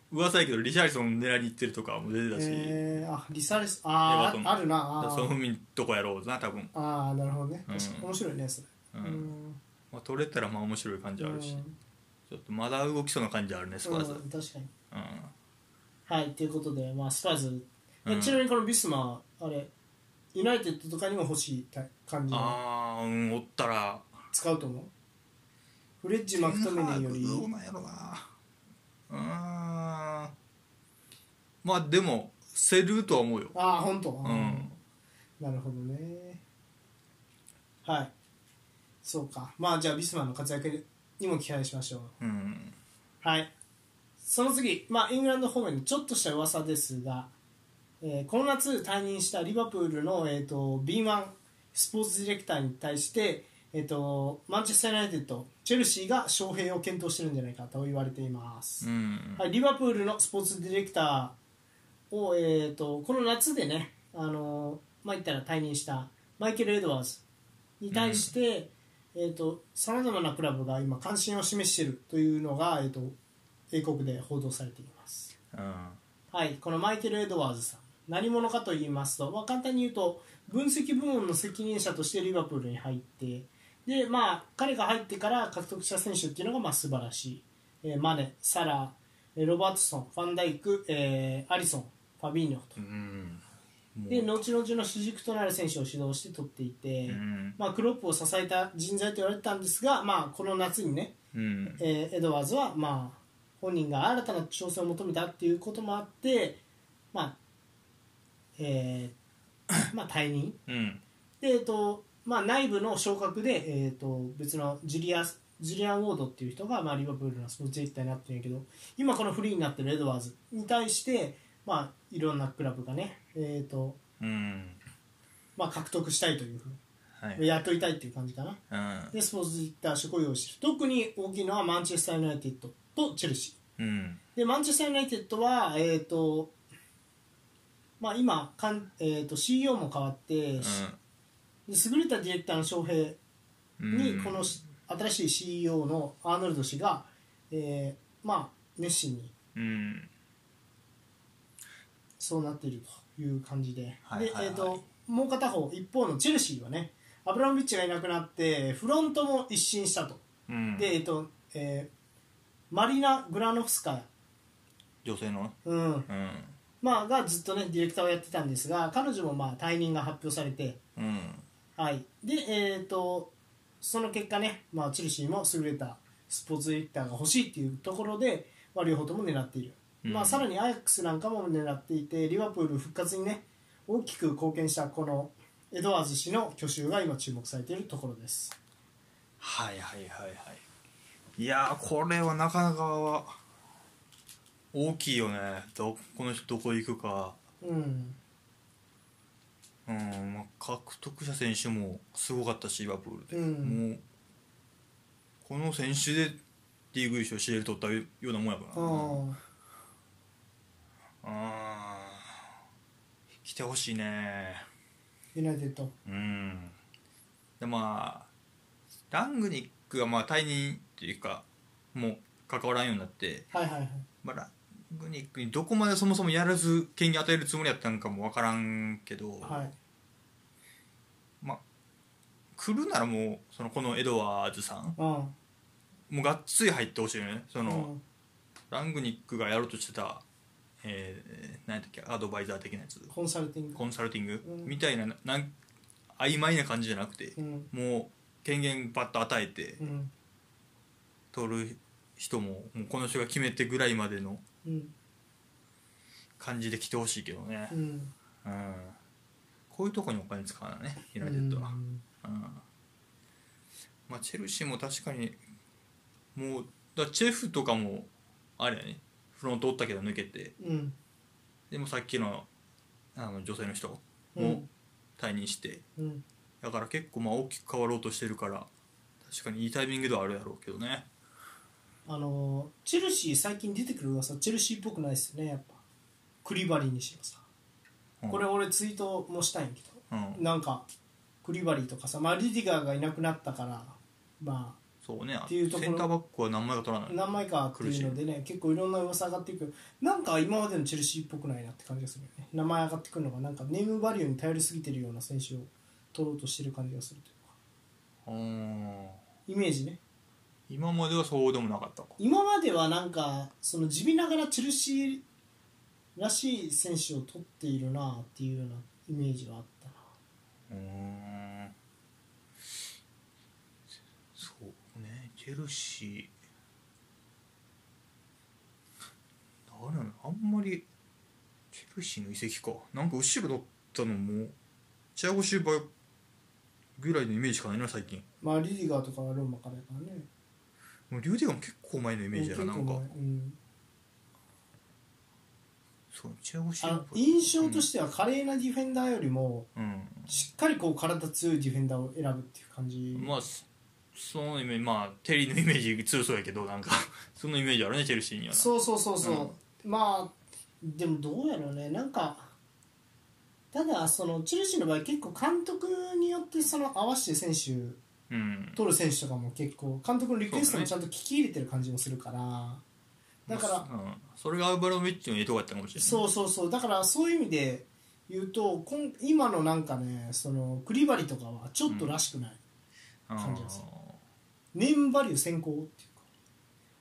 S2: 噂やけどリシャリソン狙いに行ってるとかも出てたし、
S1: えー、あリサレスあ
S2: エバトン
S1: ーああるなあ
S2: その
S1: ー
S2: 海のとこやろうな多分、
S1: あーなるほどね
S2: うん
S1: 確かに面白いねそれ
S2: うん
S1: うん
S2: まあ、取れたらまあ面白い感じあるし、
S1: うん
S2: ちょっとまだ動きそうな感じあるねスパーズ、うん
S1: うん確かにはいということで、まあ、スパイズ、で
S2: うん
S1: ちなみにこのビスマあれユナイテッドとかにも欲しいた感じで
S2: ああうんおったら
S1: 使うと思うフレッジ・マクトミネーより
S2: どうなんやろなうーんまあでもセルとは思うよ
S1: ああ本当、
S2: うん
S1: なるほどねはいそうかまあじゃあビスマの活躍にも期待しましょう
S2: うん
S1: はいその次、まあ、イングランド方面のちょっとした噂ですが、えーこの夏退任したリバプールの、えー、と B1 スポーツディレクターに対して、えー、とマンチェスター・ユナイテッドチェルシーが招聘を検討してるんじゃないかと言われています、
S2: うん
S1: はい、リバプールのスポーツディレクターを、えー、とこの夏でね、あのーまあ、言ったら退任したマイケル・エドワーズに対してさまざまなクラブが今関心を示しているというのが、えー、と英国で報道されています。
S2: うん
S1: はい、このマイケル・エドワーズさん何者かと言いますと、まあ、簡単に言うと分析部門の責任者としてリバプールに入ってで、まあ、彼が入ってから獲得した選手っていうのがまあ素晴らしい、えーマネ、サラーえーロバートソン、ファンダイク、えーアリソン、ファビーニョと
S2: うんもう
S1: で後々の主軸となる選手を指導して取っていて、
S2: うん
S1: まあ、クロップを支えた人材と言われてたんですが、まあ、この夏にね
S2: うん
S1: えーエドワーズは、まあ、本人が新たな挑戦を求めたっていうこともあって、まあえー *coughs* まあ、退任
S2: うん
S1: で、えーとまあ、内部の昇格で、えー、と別のジュリアスジュリアン・ウォードっていう人が、まあ、リバプールのスポーツディレクターになってるんやけど今このフリーになってるエドワーズに対して、まあ、いろんなクラブがね、えーと
S2: うん
S1: まあ、獲得したいというふう
S2: はい
S1: に雇いたいっていう感じかな
S2: うん
S1: でスポーツディレクター職を用意してる特に大きいのはマンチェスター・ユナイテッドとチェルシー
S2: うん
S1: でマンチェスター・ユナイテッドは、えーとまあ、今かん、えー、と CEO も変わって、で優れたディレクターの翔平
S2: うん
S1: にこのし新しい CEO のアーノルド氏が、えーまあ、熱心に
S2: うん
S1: そうなっているという感じで,、
S2: はいはいはい
S1: でえー、ともう片方一方のチェルシーはねアブラムビッチがいなくなってフロントも一新したと。
S2: うん
S1: でえーとえーマリナ・グラノフスカヤ、
S2: 女性の
S1: うん、
S2: うん
S1: まあ、がずっとねディレクターをやってたんですが彼女もまあ退任が発表されて、
S2: うん
S1: はい、で、えー、とその結果ね、まあ、チェルシーも優れたスポーツディレクターが欲しいっていうところで、まあ、両方とも狙っている、
S2: うん
S1: まあ、さらにアヤックスなんかも狙っていてリバプール復活にね大きく貢献したこのエドワーズ氏の去就が今注目されているところです
S2: はいはいはいはいいやーこれはなかなか大きいよねどこの人どこ行くか
S1: うん
S2: うん、まあ、獲得した選手もすごかったしリバプールで、
S1: うん
S2: もうこの選手でリーグ優勝 CL 取ったようなもんやから
S1: う
S2: な
S1: ん
S2: あー来てほしいね
S1: ユナイテッド
S2: うんでまあラングニックがまあ退任っていうかもう関わらんようになって、
S1: はいはいはい
S2: まあ、ラングニックにどこまでそもそもやらず権限与えるつもりやったんかも分からんけど、
S1: はい
S2: 来るならもうそのこのエドワーズさん
S1: うん
S2: もうがっつり入ってほしいよねその、
S1: うん
S2: ラングニックがやろうとしてた、えー、何やったっけアドバイザー的なやつ
S1: コンサルティング
S2: コンサルティング
S1: うん
S2: みたいななん曖昧な感じじゃなくて
S1: うん
S2: もう権限バッと与えて
S1: うん
S2: 取る人ももうこの人が決めてぐらいまでの
S1: うん
S2: 感じで来てほしいけどね
S1: う、ん
S2: うん、こういうとこにお金使わなねユナイテッドは、うんまあ、チェルシーも確かにもうだからチェフとかもあれやねフロントおったけど抜けて
S1: うん
S2: でもさっきのあの女性の人
S1: うん
S2: も退任して、
S1: うん
S2: だから結構まあ大きく変わろうとしてるから確かにいいタイミングではあるやろうけどね
S1: あのーチェルシー最近出てくる噂チェルシーっぽくないですねやっぱクリバリーにしました
S2: うん
S1: これ俺ツイートもしたいんやけど
S2: うん、
S1: なんかクリバリーとかさ、まあ、リディガーがいなくなったから、ま
S2: そうね
S1: っていうところ
S2: センターバックは何枚か取らな
S1: あ、
S2: い
S1: 何枚かっていうのでね結構いろんな噂上がっていくなんか今までのチェルシーっぽくないなって感じがするよね名前上がってくるのがなんかネームバリューに頼りすぎてるような選手を取ろうとしてる感じがするというか
S2: うん
S1: イメージね
S2: 今まではそうでもなかったか
S1: 今まではなんかその地味ながらチェルシーらしい選手を取っているなっていうようなイメージはあったな
S2: うんそうねチェルシー誰なのあんまりチェルシーの移籍かなんか後ろ取ったのもチアゴシューバーぐらいのイメージしかないな最近
S1: まあリディガーとかはローマからやからね
S2: もうリュウディガーも結構前のイ
S1: イ
S2: メージやななんか
S1: うん
S2: そうチアゴシュ
S1: あ
S2: ーバ
S1: の
S2: ー
S1: 印象としては華麗なディフェンダーよりも
S2: うん、
S1: しっかりこう体強いディフェンダーを選ぶっていう感じ、
S2: うんまあそそのイメージまあテリーのイメージ強そうやけ
S1: *laughs*
S2: どなんかそのイメージあるねチェルシーにはな
S1: そうそうそうそう、まあでもどうやろうねなんかただそのチェルシーの場合結構監督によってその合わせて選手
S2: うん
S1: 取る選手とかも結構監督のリクエストもち
S2: そ
S1: ゃんと聞き入れてる感じもするから、だから、
S2: まあうん、それがアブラモビッチのいいとこやったかもしれない
S1: そうそうそうだからそういう意味で言うとこん今のなんかねそのクリバリとかはちょっとらしくない、
S2: うん
S1: 感じですネームバリュー先行っていう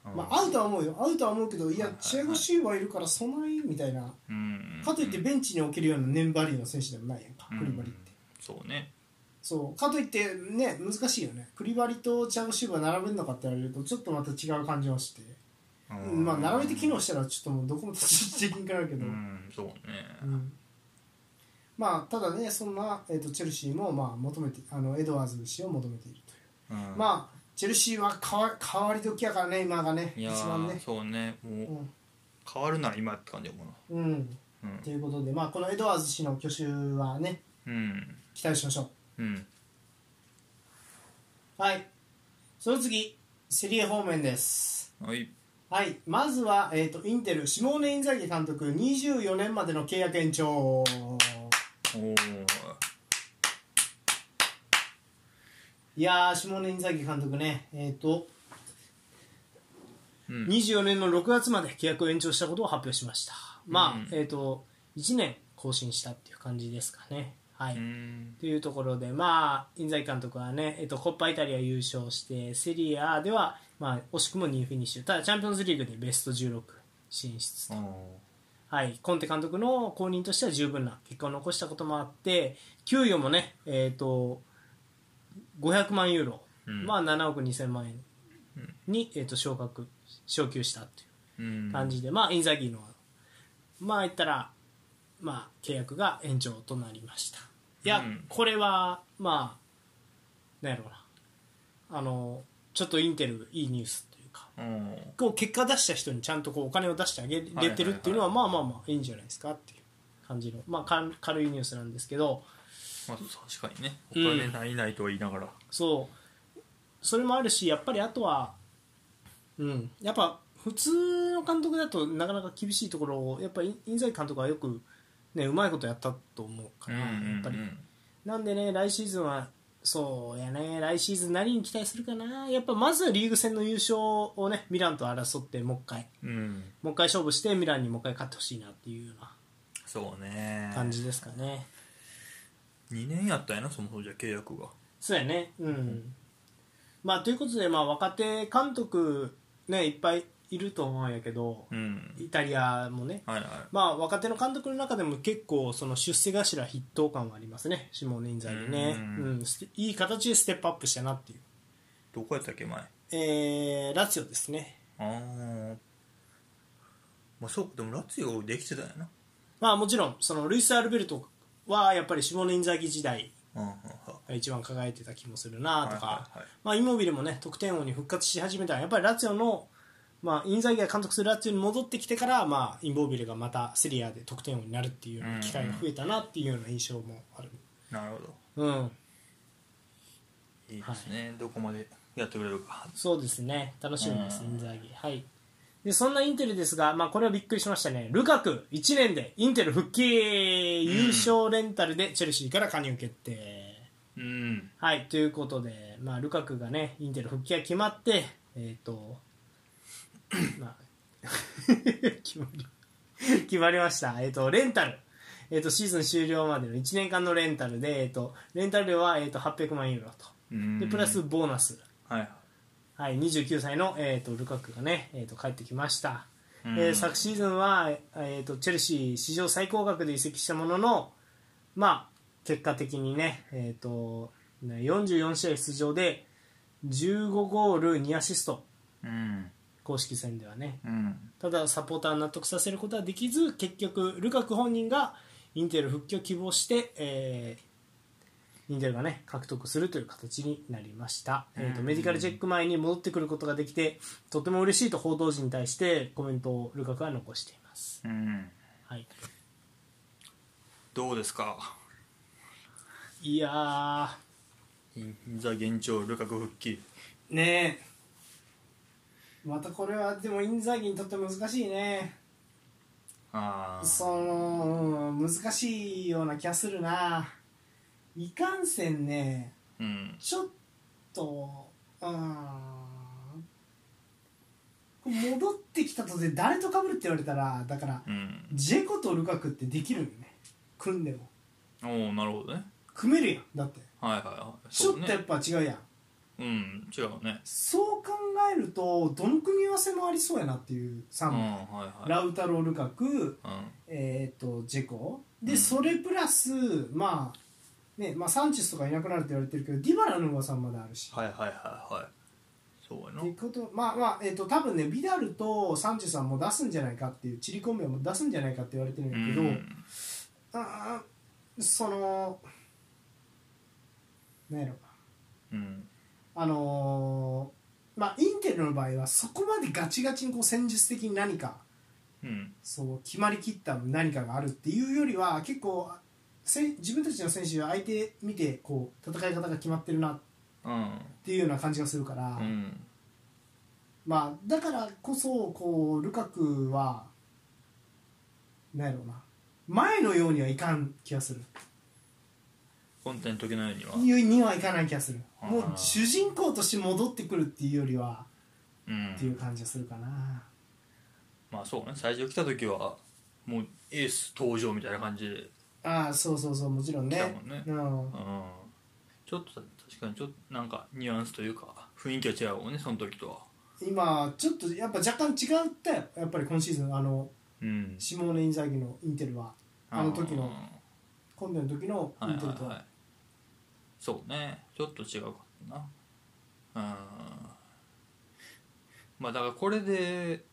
S1: か
S2: うん
S1: まあ、合うとは思うよ合うとは思うけどいや
S2: はいはい
S1: チアゴ・シーバーいるからそないみたいな
S2: うん
S1: かといってベンチに置けるようなネンバリーの選手でもないやんか、
S2: うん
S1: クリバリって
S2: そうね
S1: そうかといってね難しいよねクリバリとチアゴ・シーバー並べるのかって言われるとちょっとまた違う感じはして、
S2: うん
S1: まあ並べて機能したらちょっともうどこも立ち位置的にかなるけ
S2: う
S1: ど、
S2: んそうね
S1: うんまあただねそんな、えー、とチェルシーもまあ求めてあのエドワーズ氏を求めているという、
S2: うん
S1: まあチェルシーは変わ変わり時やからね今がね
S2: いや
S1: 一番
S2: ー
S1: ね
S2: そうね
S1: う
S2: もうん変わるなら今って感じやもんな
S1: うん
S2: う
S1: と
S2: ん
S1: いうことで、まあ、このエドワーズ氏の去就はね
S2: うん
S1: 期待しましょ
S2: うん
S1: うはいその次セリエ方面です
S2: はい
S1: はいまずは、えー、とインテルシモーネ・インザギ監督24年までの契約延長
S2: おお
S1: いやーシモーネ・インザギ監督ねえっ、と
S2: うん
S1: 24年の6月まで契約を延長したことを発表しましたまあ、
S2: うん
S1: えっ、と1年更新したっていう感じですかねはい、
S2: うん
S1: というところで、まあ、インザイ監督はね、えっと、コッパイタリア優勝して、セリエ A では、まあ、惜しくも2位フィニッシュ、ただチャンピオンズリーグでベスト16進出
S2: お
S1: と、
S2: ー
S1: はい、コンテ監督の後任としては十分な結果を残したこともあって、給与もね、えっと500万ユーロ、
S2: うん
S1: まあ、7億2000万円
S2: うん
S1: に、えっと昇格、昇給したという
S2: うん
S1: 感じで、まあ、インザギーの、まあ、言ったら、まあ、契約が延長となりましたいや、
S2: うん
S1: これはまあなんやろうなあのちょっとインテルいいニュースというか
S2: うん
S1: こう結果出した人にちゃんとこうお金を出してあげれてるっていうのは,、
S2: は
S1: まあまあまあいいんじゃないですかっていう感じの、まあ、かん軽いニュースなんですけど
S2: まあ、確かにねお
S1: うん
S2: 金ないないとは言いながら、
S1: そうそれもあるしやっぱりあとはうんやっぱ普通の監督だとなかなか厳しいところをやっぱり印西監督はよくねうまいことやったと思うから、やっぱりなんでね来シーズンはそうやね来シーズン何に期待するかなやっぱまずはリーグ戦の優勝をねミランと争ってもう一回
S2: うん、うん、
S1: もう一回勝負してミランにもう一回勝ってほしいなっていうような
S2: そうね
S1: 感じですかね、
S2: 2年やったんやなそもそもじゃ契約が
S1: そうやねうん、まあということで、まあ、若手監督ねいっぱいいると思うんやけど、
S2: うん
S1: イタリアもね
S2: はいは
S1: まあ若手の監督の中でも結構その出世頭筆頭感はありますねシモーネ・インザーギね
S2: う
S1: うんん、ステいい形でステップアップしたなっていう
S2: いどこやったっけ前あ
S1: えー、ラツィオですね
S2: あまあそうかでもラツィオできてたんやな
S1: まあもちろんそのルイス・アルベルトはやっぱりシモーネ・インザーギ時代
S2: うんうんうん
S1: が一番輝いてた気もするなとか、
S2: はいはいはい
S1: まあ、イモビルもね得点王に復活し始めたらやっぱりラツィオの、まあ、インザギが監督するラツィオに戻ってきてから、まあ、インボービルがまたセリアで得点王になるっていうような機会が増えたなっていうような印象もある、
S2: なるほど
S1: うん、
S2: いいですね、どこまでやってくれるか
S1: そうですね楽しみです、
S2: う
S1: イ
S2: ん
S1: ンザギはいでそんなインテルですが、まあ、これはびっくりしましたねルカク1年でインテル復帰、優勝レンタルでチェルシーから加入決定
S2: うん
S1: はいということで、まあ、ルカクがねインテル復帰が決まってえっ、と *coughs* まあ *laughs* 決まり *laughs* 決まりましたえっ、とレンタルえっ、とシーズン終了までの1年間のレンタルでえっ、とレンタル料はえっ、と800万ユーロと
S2: うん
S1: でプラスボーナス
S2: はいはい
S1: はい29歳のえっ、とルカクがねえっ、と帰ってきました
S2: うん
S1: えー昨シーズンは、えー、とチェルシー史上最高額で移籍したものの、まあ、結果的にね、えー、とね44試合出場で15ゴール2アシスト
S2: うん
S1: 公式戦ではね
S2: うん
S1: ただサポーターを納得させることはできず結局ルカク本人がインテル復帰を希望して、えーインテルがね獲得するという形になりました、えーと
S2: うん
S1: メディカルチェック前に戻ってくることができてとても嬉しいと報道陣に対してコメントをルカクは残しています
S2: うん
S1: はい、
S2: どうですか
S1: いやー
S2: インザ現状ルカク復帰
S1: ねえまたこれはでもインザーギにとって難しいね
S2: ああ
S1: そのうん難しいような気がするないかんせんね
S2: うん
S1: ちょっとうん戻ってきたとで誰とかぶるって言われたらだから
S2: うん
S1: ジェコとルカクってできるよね組んでも
S2: おおなるほどね
S1: 組めるやんだって
S2: はいはいはい
S1: ちょ
S2: そ
S1: っ
S2: う
S1: とやっ
S2: ね
S1: ぱ違うやん
S2: うん違うね
S1: そう考えるとどの組み合わせもありそうやなっていう
S2: う
S1: 3
S2: ん
S1: 枚、
S2: はいは
S1: ラウタロ・ルカク、
S2: いうん
S1: えー、とジェコで、
S2: うん
S1: それプラス、まあねまあ、サンチェスとかいなくなるって言われてるけどディバラの噂まであるし。
S2: はいはいはいはいそうやな
S1: ってことまあまあえっ、と多分ねビダルとサンチェスはもう出すんじゃないかっていうチリコンベも出すんじゃないかって言われてるん
S2: う
S1: だけど、
S2: ん
S1: あーそのなんやろ
S2: うん
S1: あのーまあインテルの場合はそこまでガチガチにこう戦術的に何か
S2: うん
S1: そう決まりきった何かがあるっていうよりは結構せん自分たちの選手は相手見てこう戦い方が決まってるなっ
S2: うん
S1: ていうような感じがするから、
S2: うん
S1: まあ、だからこそこうルカクはなんやろうな前のようにはいかん気がする
S2: 本体の時のようには
S1: ににはいかない気がする
S2: あー
S1: もう主人公として戻ってくるっていうよりは
S2: う
S1: っていうん感じがするかな、
S2: まあそうね最初来た時はもうエース登場みたいな感じで
S1: ああそうそうそうもちろんね
S2: 来たもんね
S1: うん
S2: うんちょっと確かにちょっとなんかニュアンスというか雰囲気は違うもんねその時とは
S1: 今ちょっとやっぱ若干違ったよやっぱり今シーズンあの
S2: うん
S1: シモーネ・インザーギのインテルはあの時の
S2: う
S1: 今度の時のイ
S2: んはい
S1: ン
S2: は
S1: テルと
S2: いは
S1: はい
S2: そうねちょっと違うかったなうんまあだからこれで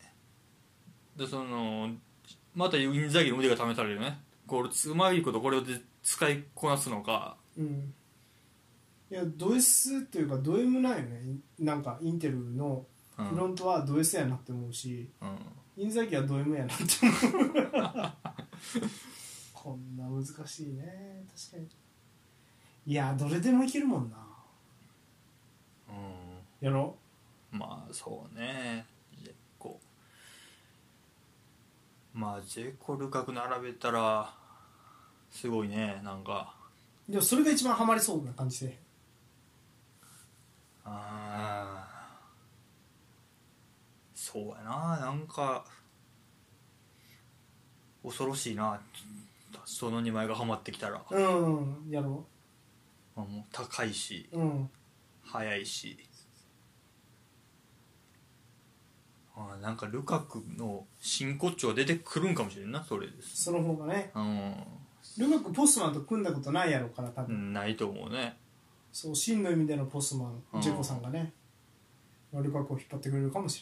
S2: でそのまたインザーギの腕が試されるよねこううまいことこれをで使いこなすのか
S1: うんいやド S っていうかド M なんよねなんかインテルの
S2: う
S1: フロ
S2: ん
S1: ントはド S やなって思うし、
S2: うん
S1: インザキはド M やなって思う *laughs* こんな難しいね確かにいやどれでもいけるもんな
S2: う
S1: やろ
S2: んまあそうねジェコまあジェコルカク並べたらすごいねなんか
S1: でもそれが一番ハマりそうな感じで
S2: あーそうやななんか恐ろしいなその2枚がハマってきたら、
S1: うんやろ
S2: まあもう高いし
S1: ううん
S2: 速いしあーなんかルカクの真骨頂出てくるんかもしれんなそれです
S1: その方がね
S2: う
S1: ルマクポストマンと組んだことないやろから多分、
S2: んないと思うね
S1: そう真の意味でのポストマ
S2: うん
S1: ンジェコさんがね、まあルカクを引っ張ってくれるかもし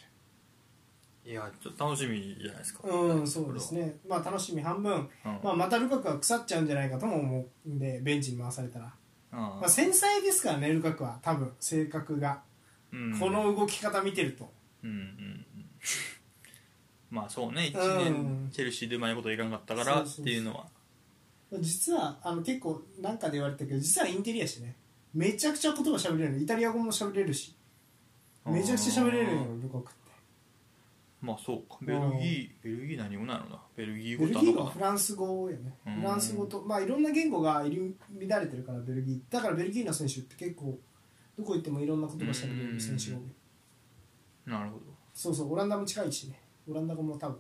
S1: れない
S2: いやちょっと楽しみじゃないですか
S1: うん、そうです、ね、まあ、楽しみ半分、
S2: うん
S1: まあ、またルカクは腐っちゃうんじゃないかとも思うんで、ベンチに回されたら、
S2: うん
S1: まあ、繊細ですからね、ルカクは、多分性格が、
S2: うん
S1: この動き方見てると、
S2: うんうんうんまあそうね
S1: うん
S2: 1年チェルシーでうまいこといかんかったから
S1: そうそう
S2: っ
S1: そう
S2: ていうのは
S1: 実はあの結構、なんかで言われたけど、実はインテリアしね、めちゃくちゃ言葉喋れるの、イタリア語も喋れるし、めちゃくちゃ喋れるよ
S2: あー、
S1: ルカクって。
S2: まあそうかベルギーベルギー何語なのなベルギー
S1: ベ
S2: 語
S1: ル
S2: だ
S1: ギー
S2: の
S1: 語は
S2: か
S1: フランス語やね
S2: うん
S1: フランス語とまあいろんな言語が入り乱れてるからベルギーだからベルギーの選手って結構どこ行ってもいろんな言葉しゃべれる選手が多い
S2: ななるほ
S1: そうそうオランダも近いしねオランダ語も多分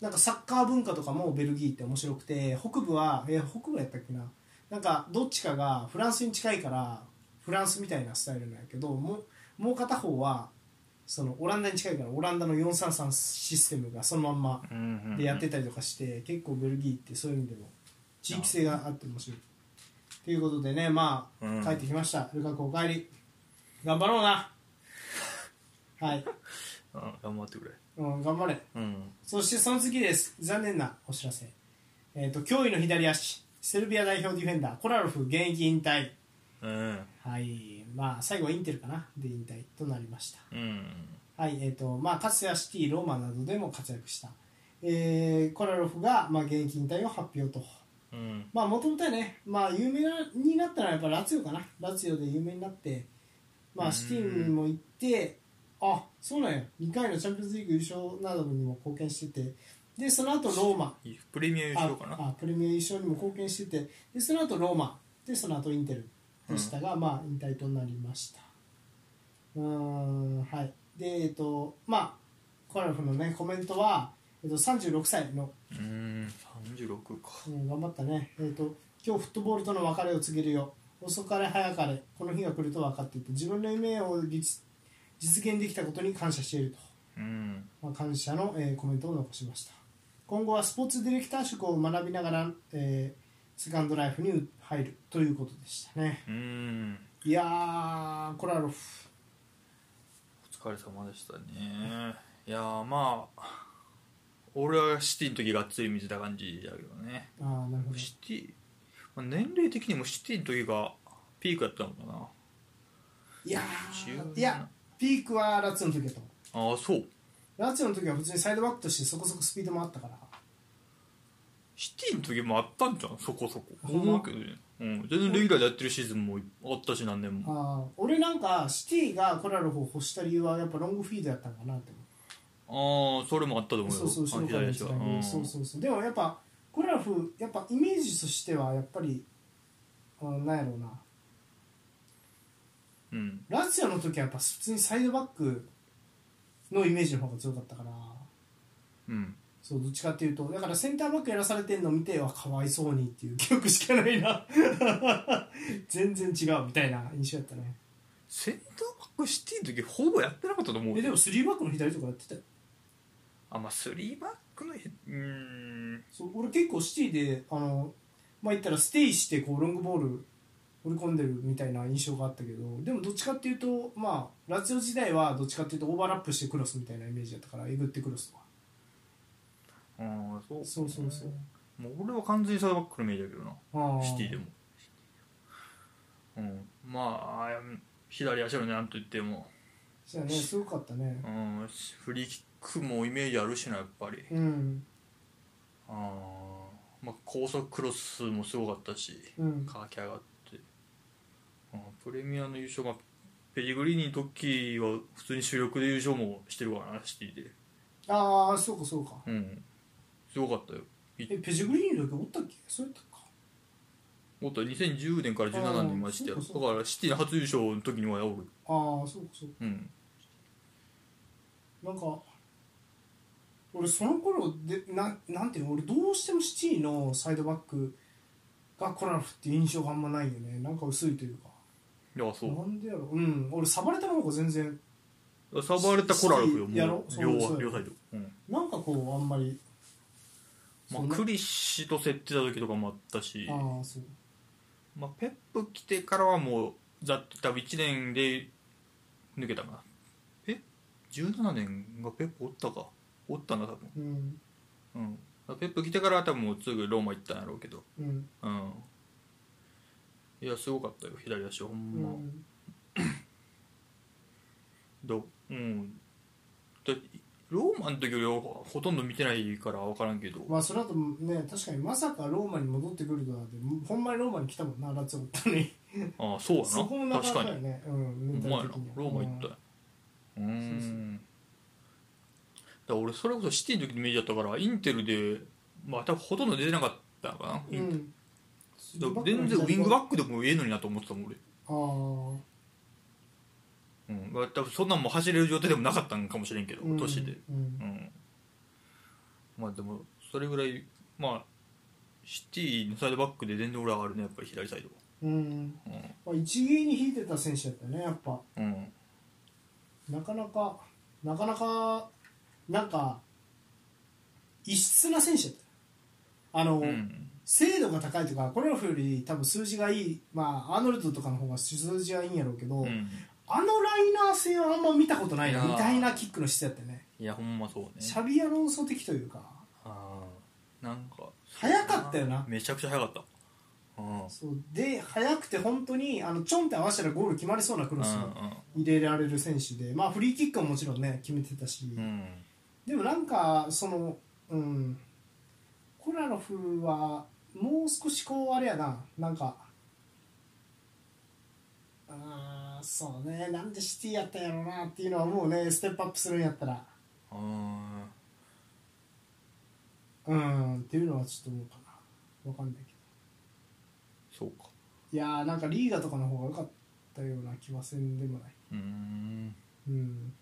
S1: なんかサッカー文化とかもベルギーって面白くて北部はえ北部やったっけななんかどっちかがフランスに近いからフランスみたいなスタイルなんやけどもうもう片方はそのオランダに近いからオランダの433システムがそのまんま
S2: どうんうんうん
S1: でやってたりとかして結構ベルギーってそういう意味でも地域性があって面白い。ということでねま
S2: うん
S1: あ帰ってきました、ルカクお帰り頑張ろう
S2: *laughs*
S1: なはい、
S2: うん頑張ってくれ
S1: うん、頑張れ
S2: うん
S1: そしてその次です残念なお知らせ、えー、と驚異の左足セルビア代表ディフェンダーコラロフ現役引退
S2: うん
S1: はいまあ最後はインテルかなで引退となりました
S2: うん
S1: はいえーとまあ、かつてはシティ、ローマなどでも活躍した、えーコラロフが、まあ、現役引退を発表と、
S2: うん
S1: まあもともとはね、まあ、有名なになったのはやっぱラツィオかなラツィオで有名になって、まあ、シティにも行ってあそうなんや2回のチャンピオンズリーグ優勝などにも貢献しててでその後ローマ
S2: プレミア優
S1: あ
S2: 勝かな
S1: あプレミア優勝にも貢献しててでその後ローマでその後インテルでしたが、まあ引退となりましたうーんはいでえっとまあコラフのねコメントは、えっと、36歳の
S2: うん36か
S1: うん頑張ったね、えー、と今日フットボールとの別れを告げるよ遅かれ早かれこの日が来ると分かっていて自分の夢を実実現できたことに感謝していると、
S2: うん
S1: まあ、感謝の、えーコメントを残しました今後はスポーツディレクター職を学びながら、えーセカンドライフに入るということでしたね
S2: うん
S1: いやーコラロフ
S2: お疲れ様でしたねいやーまあ俺はシティの時がっつり見てた感じだけどね
S1: ああなるほど
S2: シティ、まあ、年齢的にもシティの時がピークだったのかない
S1: や
S2: 17
S1: ーいやピークはラツィオの時だと思う
S2: ああそう
S1: ラツィオの時は普通にサイドバックとしてそこそこスピードもあったから
S2: シティの時もあったんじゃんそこそこ
S1: ほんま
S2: 思うけどね、うん、全然レギュラーでやってるシーズンもあったし何年も
S1: あー俺なんかシティがコラロフを欲した理由はやっぱロングフィードやったんかなって
S2: ああそれもあったと思
S1: 思う
S2: うよ
S1: そうそう
S2: あ
S1: 後
S2: の
S1: ろから見
S2: 左足
S1: て
S2: は
S1: たけどそうそうそうでもやっぱコラロフやっぱイメージとしてはやっぱり、うん、なんやろうな
S2: うんうん
S1: ラツィオの時はやっぱ普通にサイドバックのイメージの方が強かったから
S2: うん
S1: そうどっちかっていうとだからセンターバックやらされてんの見てはかわいそうにっていう記憶しかないな *laughs* 全然違うみたいな印象やったね
S2: センターバックシティの時ほぼやってなかったと思う
S1: えでも3バックの左とかやってたよ
S2: あまあ3バックのうん
S1: そう俺結構シティであのまあ言ったらステイしてこうロングボール織り込んでるみたいな印象があったけどでもどっちかっていうとまあラツィオ時代はどっちかっていうとオーバーラップしてクロスみたいなイメージだったからえぐってクロスとか
S2: ああそう
S1: そうそうそう
S2: もう俺は完全にサイドバックのイメージだけどな
S1: あ
S2: シティでも、うん、まあ左足のねなんと言っても、
S1: そうやねすごかったね
S2: うん、フリーキックもイメージあるしなやっぱり
S1: うん
S2: あー、まあ、高速クロスもすごかったし
S1: うん
S2: 駆け上がって、うん、プレミアの優勝がペリグリーニの時は普通に主力で優勝もしてるからなシティで
S1: ああそうかそうか
S2: うんすごかったよ
S1: えペジグリーンの時おったっけそうやったか
S2: もっと2010年から17年にまして
S1: あ
S2: だ
S1: ー
S2: か
S1: そうかそう
S2: らシティの初優勝の時にはおる
S1: ああそうかそうか
S2: うん
S1: なんか俺その頃でななんていうの俺どうしてもシティのサイドバックがコラフっていう印象があんまないよねなんか薄いというか
S2: いやそ
S1: なんでやろうん俺サバレタの方が全然
S2: うサバレタコラルフよ
S1: や
S2: も
S1: ろ
S2: う
S1: そう
S2: 両
S1: そ
S2: は
S1: う
S2: 両サイド、うん
S1: なんかこうあんまり
S2: ま
S1: そん
S2: あ、
S1: な
S2: クリッシュと競ってた時とかもあったし
S1: ああそう
S2: まあ、ペップ来てからはもうざっと多分1年で抜けたかなえ17年がペップおったかおったな多分
S1: うん
S2: うんペップ来てからは多分もうすぐローマ行ったんやろうけど
S1: うん
S2: うんいやすごかったよ左足ほ
S1: うん
S2: ま、
S1: ん
S2: どうんだローマの時よりはほとんど見てないから分からんけど
S1: まあその後もね確かにまさかローマに戻ってくるとはってほんまにローマに来たもんなラツィオったに
S2: ああそうや
S1: そこもな
S2: な
S1: かな
S2: 確
S1: か
S2: か
S1: や
S2: に
S1: ねうん
S2: お
S1: メンタ
S2: 前や
S1: ル
S2: な
S1: 的には
S2: ローマ行ったやんうー
S1: そうそ
S2: んだから俺それこそシティの時のイメージだったからインテルでまあ多分ほとんど出てなかったのかな、
S1: う
S2: インテ
S1: ん
S2: ルだから全然ウィングバックでもええのになと思ってたもん俺、
S1: ああ
S2: うんまあ、多分そんなんも走れる状態でもなかったんかもしれんけど、
S1: うん
S2: 年で
S1: うん
S2: うんまあでもそれぐらいまあシティのサイドバックで全然俺上がるねやっぱり左サイド
S1: うん
S2: は
S1: まあ、一芸に引いてた選手だったねやっぱ
S2: うん、うん、
S1: なかなかなかなかなんか異質な選手だったよあの、
S2: うん
S1: 精度が高いとかコロフより多分数字がいいまあアーノルドとかの方が数字はいいんやろうけど、
S2: うん
S1: あのライナー性はあんま見たことないない
S2: やー
S1: みたいなキックの質だったよね
S2: いやほんまそうね
S1: シャビアロンソ的というか
S2: ああなんか
S1: 早かったよな
S2: めちゃくちゃ早かったうん
S1: そうで速くて本当にあのちょんって合わせたらゴール決まりそうなクロス
S2: う
S1: を
S2: ん
S1: 入れられる選手で、まあ、フリーキックはもちろんね決めてたし、
S2: うんうん
S1: でもなんかそのうんコラロフはもう少しこうあれやななんかあーそうねなんでシティやったんやろうなっていうのはもうねステップアップするんやったら
S2: あ
S1: うんっていうのはちょっと思うかなわかんないけど
S2: ーそうか
S1: いやーなんかリーガとかの方が良かったような気はせんでもないう
S2: ーん
S1: うん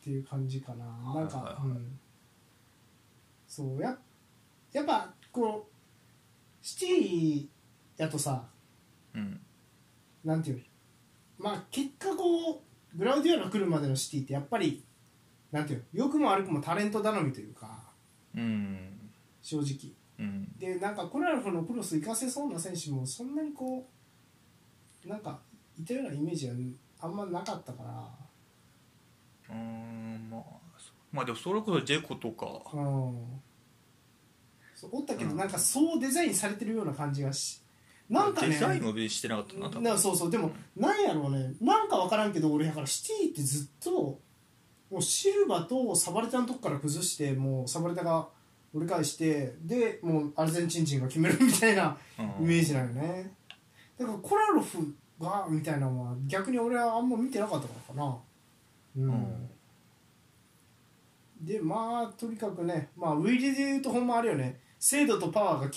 S1: っていう感じかななんか、
S2: はいはいはい
S1: うんそうややっぱこうシティやとさ
S2: うん
S1: なんていうのまあ結果こうグラウディアが来るまでのシティってやっぱりなんていうの良くも悪くもタレント頼みというか
S2: うん
S1: 正直
S2: うん
S1: でなんかコラルフのクロス行かせそうな選手もそんなにこうなんかいたようなイメージはあんまなかったから
S2: うーんまあそうまあでもそれこそジェコとか
S1: うんそうおったけど、
S2: うん
S1: なんかそうデザインされてるような感じがしなんかね
S2: デザインは別にしてなかったな多分
S1: なそうそうでもなんやろうねなんか分からんけど俺だからシティってずっともうシルバとサバレタのとこから崩してもうサバレタが折り返してでもうアルゼンチン人が決めるみたいなイ
S2: うん
S1: メージなのねだからコラロフがみたいなのは逆に俺はあんま見てなかったからかなうん、
S2: うん
S1: でまあとにかくねまあウィリで言うとほんまあれよね精度とパワーが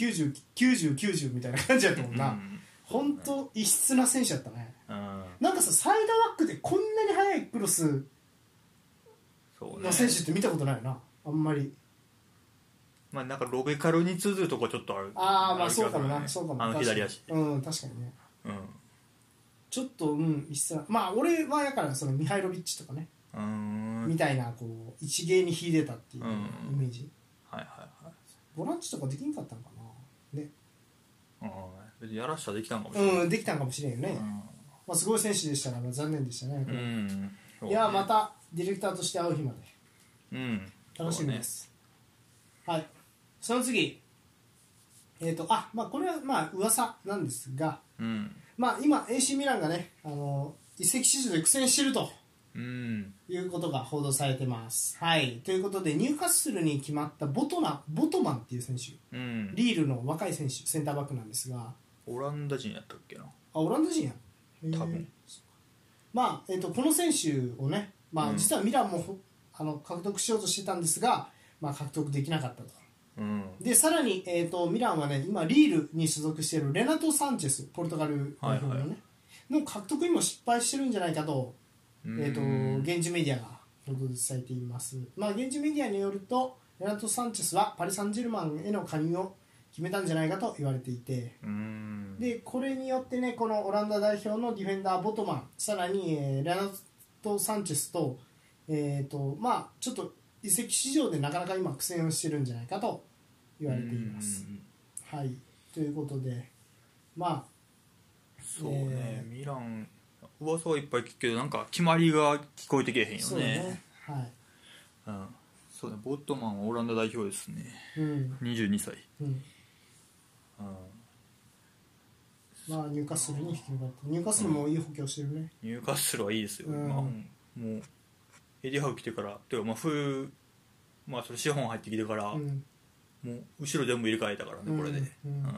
S1: 909090みたいな感じやったもんな、
S2: うん
S1: ほんと異質な選手だったね
S2: うん
S1: なんかさサイドバックでこんなに速いクロス
S2: そうね
S1: の選手って見たことないよなあんまり
S2: まあなんかロベカルに通ずるとこちょっとある
S1: ああまあ
S2: る
S1: そうかも
S2: けど
S1: な
S2: ね
S1: そうかも
S2: あの
S1: 確かに
S2: 左足
S1: うん確かにね
S2: うん
S1: ちょっとうん一切まあ俺はやからそのミハイロビッチとかね、
S2: うーんはい
S1: みたいなこう一芸に秀でたっていう
S2: うん
S1: イメージ、
S2: はいはい
S1: ボランチとかできんかったのかなね
S2: うん別にやらしたらできたんかもしれない
S1: うんできたんかもしれんよね、まあ、すごい選手でしたから残念でしたね、
S2: うんうんそうね
S1: いやまたディレクターとして会う日まで
S2: うん
S1: 楽しみです、はいその次、えーとあまあ、これはまあ噂なんですが、
S2: うん
S1: まあ、今、AC ミランがねあの移籍市場で苦戦してると
S2: うん
S1: いうことが報道されてます。はい、ということで、ニューカッスルに決まったボトナボトマンっていう選手、
S2: うん
S1: リールの若い選手、センターバックなんですが、
S2: オランダ人やったっけな
S1: あオランダ人やんへー
S2: 多分
S1: まあ、えっとこの選手をね、ま
S2: う
S1: あ、
S2: ん
S1: 実はミランもほ、あの獲得しようとしてたんですが、まあ、獲得できなかったと
S2: うん
S1: でさらに、えっとミランはね今リールに所属しているレナト・サンチェスポルトガル代表のね、
S2: はいは
S1: の獲得にも失敗してるんじゃないかと,、
S2: うん
S1: えっと現地メディアが報道されています、まあ、現地メディアによるとレナト・サンチェスはパリ・サンジェルマンへの加入を決めたんじゃないかと言われていて
S2: うん
S1: でこれによってねこのオランダ代表のディフェンダーボトマンさらに、えーレナト・サンチェスと,、えーとまあ、ちょっと移籍市場でなかなか今苦戦をしてるんじゃないかと言われています。
S2: うん
S1: はい、ということでまあ
S2: そうね、
S1: え
S2: ミラン噂はいっぱい聞くけどなんか決まりが聞こえてけえへんよね
S1: そうねはい
S2: うん、そうねボットマンはオランダ代表ですね
S1: うん
S2: 22歳、
S1: うん
S2: うん、
S1: まあ、入荷するに引き抜かれて入荷するもいい補強してるね、
S2: ニューカッスルはいいですよ、
S1: うん
S2: まあ、もうエディハウ来てからというかまあ冬まあそれ資本入ってきてから、
S1: うん、
S2: もう後ろ全部入れ替えたからねこれで、
S1: うんうん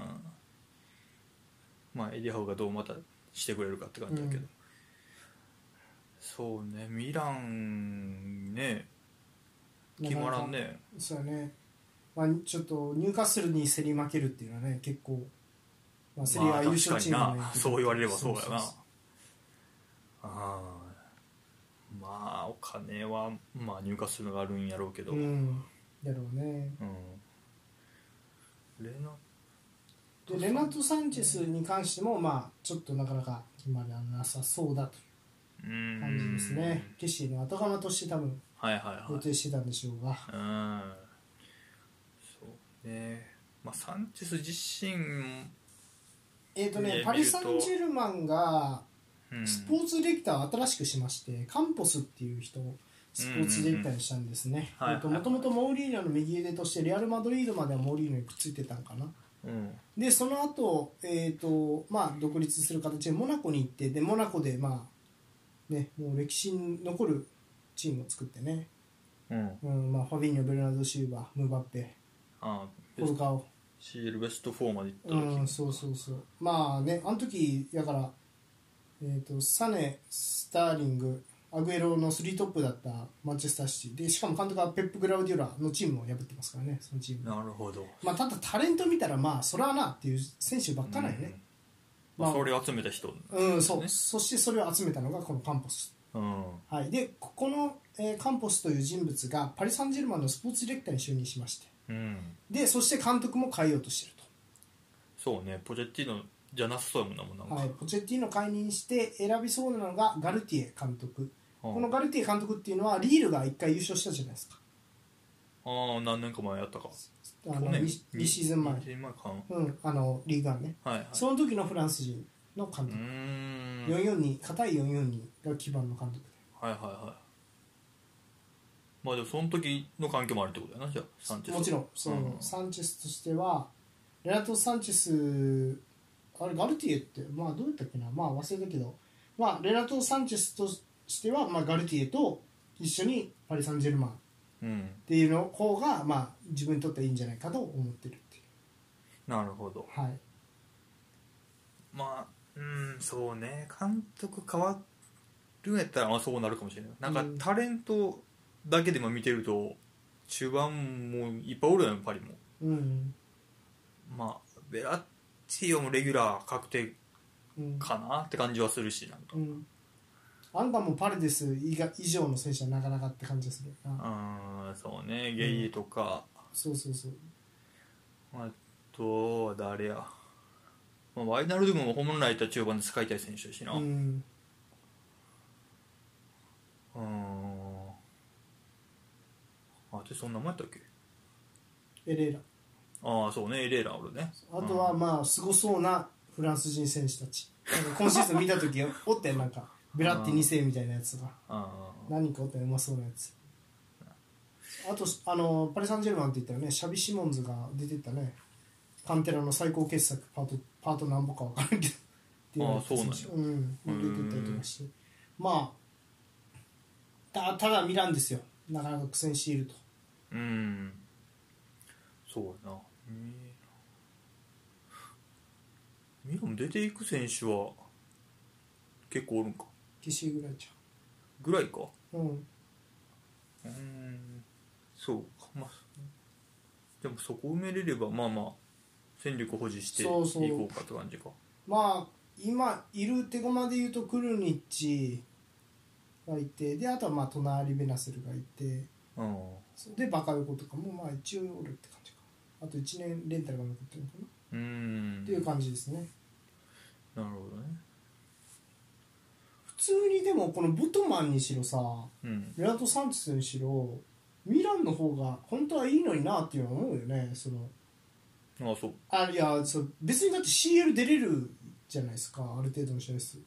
S2: まあエディハウがどうまたしてくれるかって感じだけど、
S1: うん
S2: そうねミランね決まらんね
S1: そうやね、まあ、ちょっと入荷するに競り負けるっていうのはね結構、まあ、競り
S2: ま
S1: は
S2: あ
S1: 優勝チームの
S2: 確かになそう言われればそうやなあーまあお金はまあ入荷するのがあるんやろうけど、
S1: うんだろうね
S2: うんレナ
S1: でレナト・サンチェスに関してもまあちょっとなかなか決まらなさそうだという感じですねケシーの後釜として多分
S2: うんはいはい
S1: 予
S2: はい
S1: 定してたんでしょうが、
S2: うんそうねまあサンチェス自身も、
S1: えーとね
S2: ね
S1: パリ・サンジェルマンが
S2: うん、
S1: スポーツディレクターを新しくしまして、カンポスっていう人をスポーツディレクターにしたんですね
S2: うんうんうん
S1: えーとも
S2: はいはい
S1: ともとモーリーニョの右腕としてレアル・マドリードまではモーリーニョにくっついてたんかな
S2: うん
S1: でその後、えーとまあ独立する形でモナコに行ってでモナコで、まあね、もう歴史に残るチームを作ってね、
S2: うん
S1: うんまあ、ファビーニョベルナルド・シウバムーバッペ
S2: あ
S1: ポル
S2: ー
S1: カオ
S2: CL ベスト4まで行った時、
S1: うんそうそうそうまあねあの時だから、えー、とサネスターリングアグエロの3トップだったマンチェスターシティでしかも監督はペップ・グラウディオラのチームを破ってますからねそのチーム、
S2: なるほど
S1: まあ、ただタレント見たらまあそれはなっていう選手ばっかなんよね、
S2: うんまあ、
S1: まあ
S2: それを集めた人
S1: うん、そう、
S2: ね
S1: そしてそれを集めたのがこのカンポス、
S2: うん
S1: はい、でここの、えーカンポスという人物がパリ・サンジェルマンのスポーツディレクターに就任しまして
S2: うん
S1: でそして監督も変えようとしてる
S2: そうねポチェッティーノじゃなさそうやもんなもんなん
S1: と、
S2: か、
S1: はい、ポチェッティーノ解任して選びそうなのがガルティエ監督
S2: うん
S1: このガルティエ監督っていうのはリールが1回優勝したじゃないですか
S2: ああ何年か前やったか
S1: あの 2, シーズン前
S2: 2、シーズン前か
S1: うん、あのリーグワンね、
S2: はいはい
S1: その時のフランス人の監
S2: う
S1: 督、
S2: ーんはい
S1: 442硬い442が基盤の監督で
S2: はいはいまあでもその時の環境もあるってことやなじゃあサンチェス
S1: もちろんその、
S2: うん
S1: サンチェスとしてはレナト・サンチェスあれガルティエって、まあ、どうやったっけな、まあ、忘れたけど、まあ、レナト・サンチェスとしては、まあ、ガルティエと一緒にパリ・サンジェルマンっ
S2: うん
S1: ていうの方が、まあ、自分にとってはいいんじゃないかと思ってるっていう、
S2: なるほど
S1: はい、
S2: まあうんそうね監督変わるんやったら、まあ、そうなるかもしれないなんか
S1: うん
S2: タレントだけでも見てると中盤もいっぱいおるやんパリも
S1: うん
S2: まあベラッティオもレギュラー確定
S1: うん
S2: かなって感じはするしなんか
S1: うん、あんたもパレデス以外以上の選手はなかなかって感じがするな、
S2: うんそうねゲイとか、
S1: そうそうそう
S2: あとは誰や、まあ、ワイナルドゥムも本来いた中盤で使いたい選手だしな
S1: う
S2: うん
S1: ん
S2: ーんあでそんなもんやったっけ
S1: エレーラ
S2: ああそうねエレーラおるね
S1: あとはまあすごそうなフランス人選手たちなんか今シーズン見た時おってなんかベラッティ2世みたいなやつが
S2: ああ
S1: 何人かおってうまそうなやつあとあのパリ・サンジェルマンって言ったらねシャビ・シモンズが出てったねカンテラの最高傑作パートパート何ぼか分からんけどってい
S2: ああそうなんや
S1: うん、出てったりとかしてまあたただ見らんですよなかなか苦戦していると
S2: うんそうやなえーミラン出ていく選手は結構おるんか
S1: 消しぐらいちゃ
S2: ぐらいか
S1: ううん
S2: うーんそうかまあでもそこ埋めれればまあまあ戦力保持してい
S1: そうそう
S2: こうかって感じか
S1: まあ今いる手駒で言うとクルニッチがいてであとはまあ隣ベナセルがいて
S2: うん
S1: でバカ横とかもまあ一応おるって感じかあと1年レンタルが残ってるのかな
S2: うーん
S1: っていう感じですね
S2: なるほどね
S1: 普通にでもこのブトマンにしろさ
S2: うん
S1: レナト・サンチェスにしろミランの方が本当はいいのになっていうのは思うよねその
S2: あそう
S1: あいやそう別にだって CL 出れるじゃないですかある程度の試合数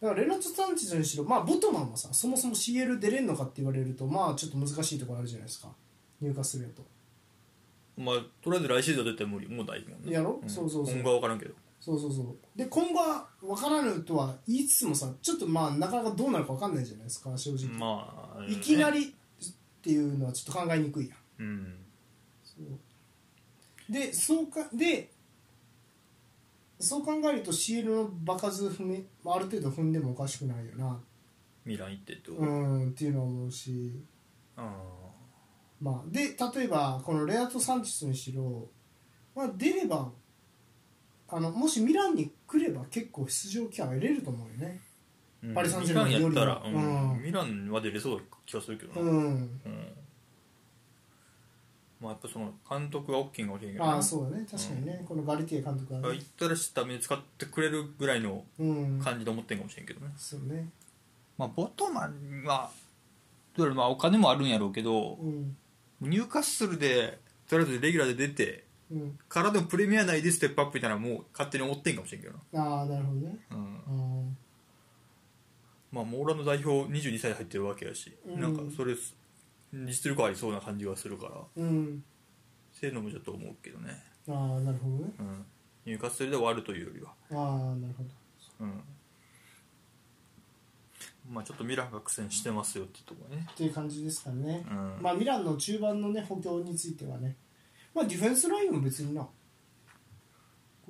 S1: だからレナト・サンチェスにしろまあボトマンはさそもそも CL 出れんのかって言われるとまあちょっと難しいところあるじゃないですか入荷するやと
S2: まあとりあえず来シーズンは絶対無理もうないもんね
S1: やろ
S2: ん
S1: そうそうそう
S2: 今後は分からんけど
S1: そうそうそうで今後は分からぬとは言いつつもさちょっとまあなかなかどうなるか分かんないじゃないですか正直、
S2: まあ
S1: いきな
S2: り
S1: りっていうのはちょっと考えにくいやん
S2: うん
S1: そうでそうかでそう考えると CL の場数踏めまあある程度踏んでもおかしくないよな
S2: ミラン行ってってこと
S1: うんっていうのは思うし
S2: あ
S1: まあで例えばこのレアト・サンチェスにしろ、まあ、出ればあのもしミランに来れば結構出場機会は得れると思うよね
S2: ーうん
S1: パリサンジェルマンよりも
S2: ミランやったら、うん
S1: うん
S2: ミランは出れそうな気がするけどな、
S1: うん
S2: うんまあやっぱその監督が大きいんかもしれんけどな
S1: ああそうだね確かにね、このガルティエ監督は
S2: 行
S1: ね
S2: ったらしために使ってくれるぐらいの
S1: うん
S2: 感じで思ってんかもしれんけどね、
S1: そうね
S2: まあボトマンはどれまあお金もあるんやろうけど
S1: うん
S2: 入荷するでとりあえずレギュラーで出て
S1: うん
S2: からでもプレミア内でステップアップみたいなのもう勝手に思ってんかもしれんけどな、
S1: ああなるほどね
S2: うん
S1: うん
S2: まあモーランの代表22歳で入ってるわけやし、
S1: うん
S2: なんかそれ実力ありそうな感じがするから
S1: うん
S2: そういうのもちょっと思うけどね、
S1: ああなるほどね
S2: うん、入荷するで終わるというよりは
S1: ああなるほど
S2: うんまあちょっとミランが苦戦してますよってとこね
S1: っていう感じですかね、
S2: うん
S1: まあミランの中盤のね補強についてはねまあディフェンスラインも別になこ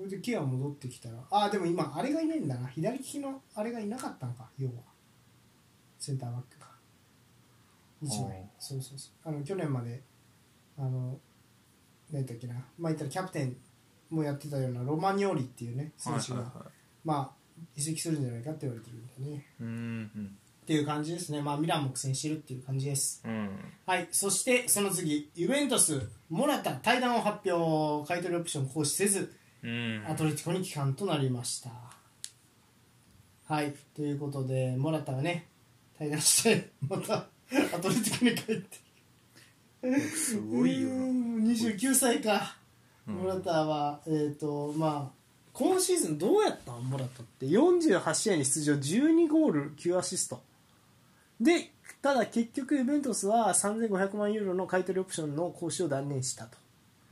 S1: れでケア戻ってきたらああでも今あれがいないんだな左利きのあれがいなかったのか要はセンターバックが一
S2: あー
S1: 枚そうそうそうあの去年まであの何だっけなまあ言ったらキャプテンもやってたようなロマニョーリっていうね選手が、
S2: はいはいはい
S1: まあ移籍するんじゃないかって言われてるんだよね
S2: うん
S1: っていう感じですね、まあ、ミランも苦戦してるっていう感じです、
S2: うんうん
S1: はい、そしてその次、ユベントス、モラタ、対談を発表、買い取りオプション行使せず、
S2: うん
S1: アトレティコに帰還となりました。はい、ということで、モラタはね、対談して、またアトレティコに帰って、
S2: す
S1: う
S2: ごいよな
S1: ーん29歳か、
S2: うん
S1: モラタは、えっ、と、まあ、今シーズンどうやったんモラタって、48試合に出場、12ゴール、9アシスト。でただ結局ユベントスは3500万ユーロの買い取りオプションの行使を断念したと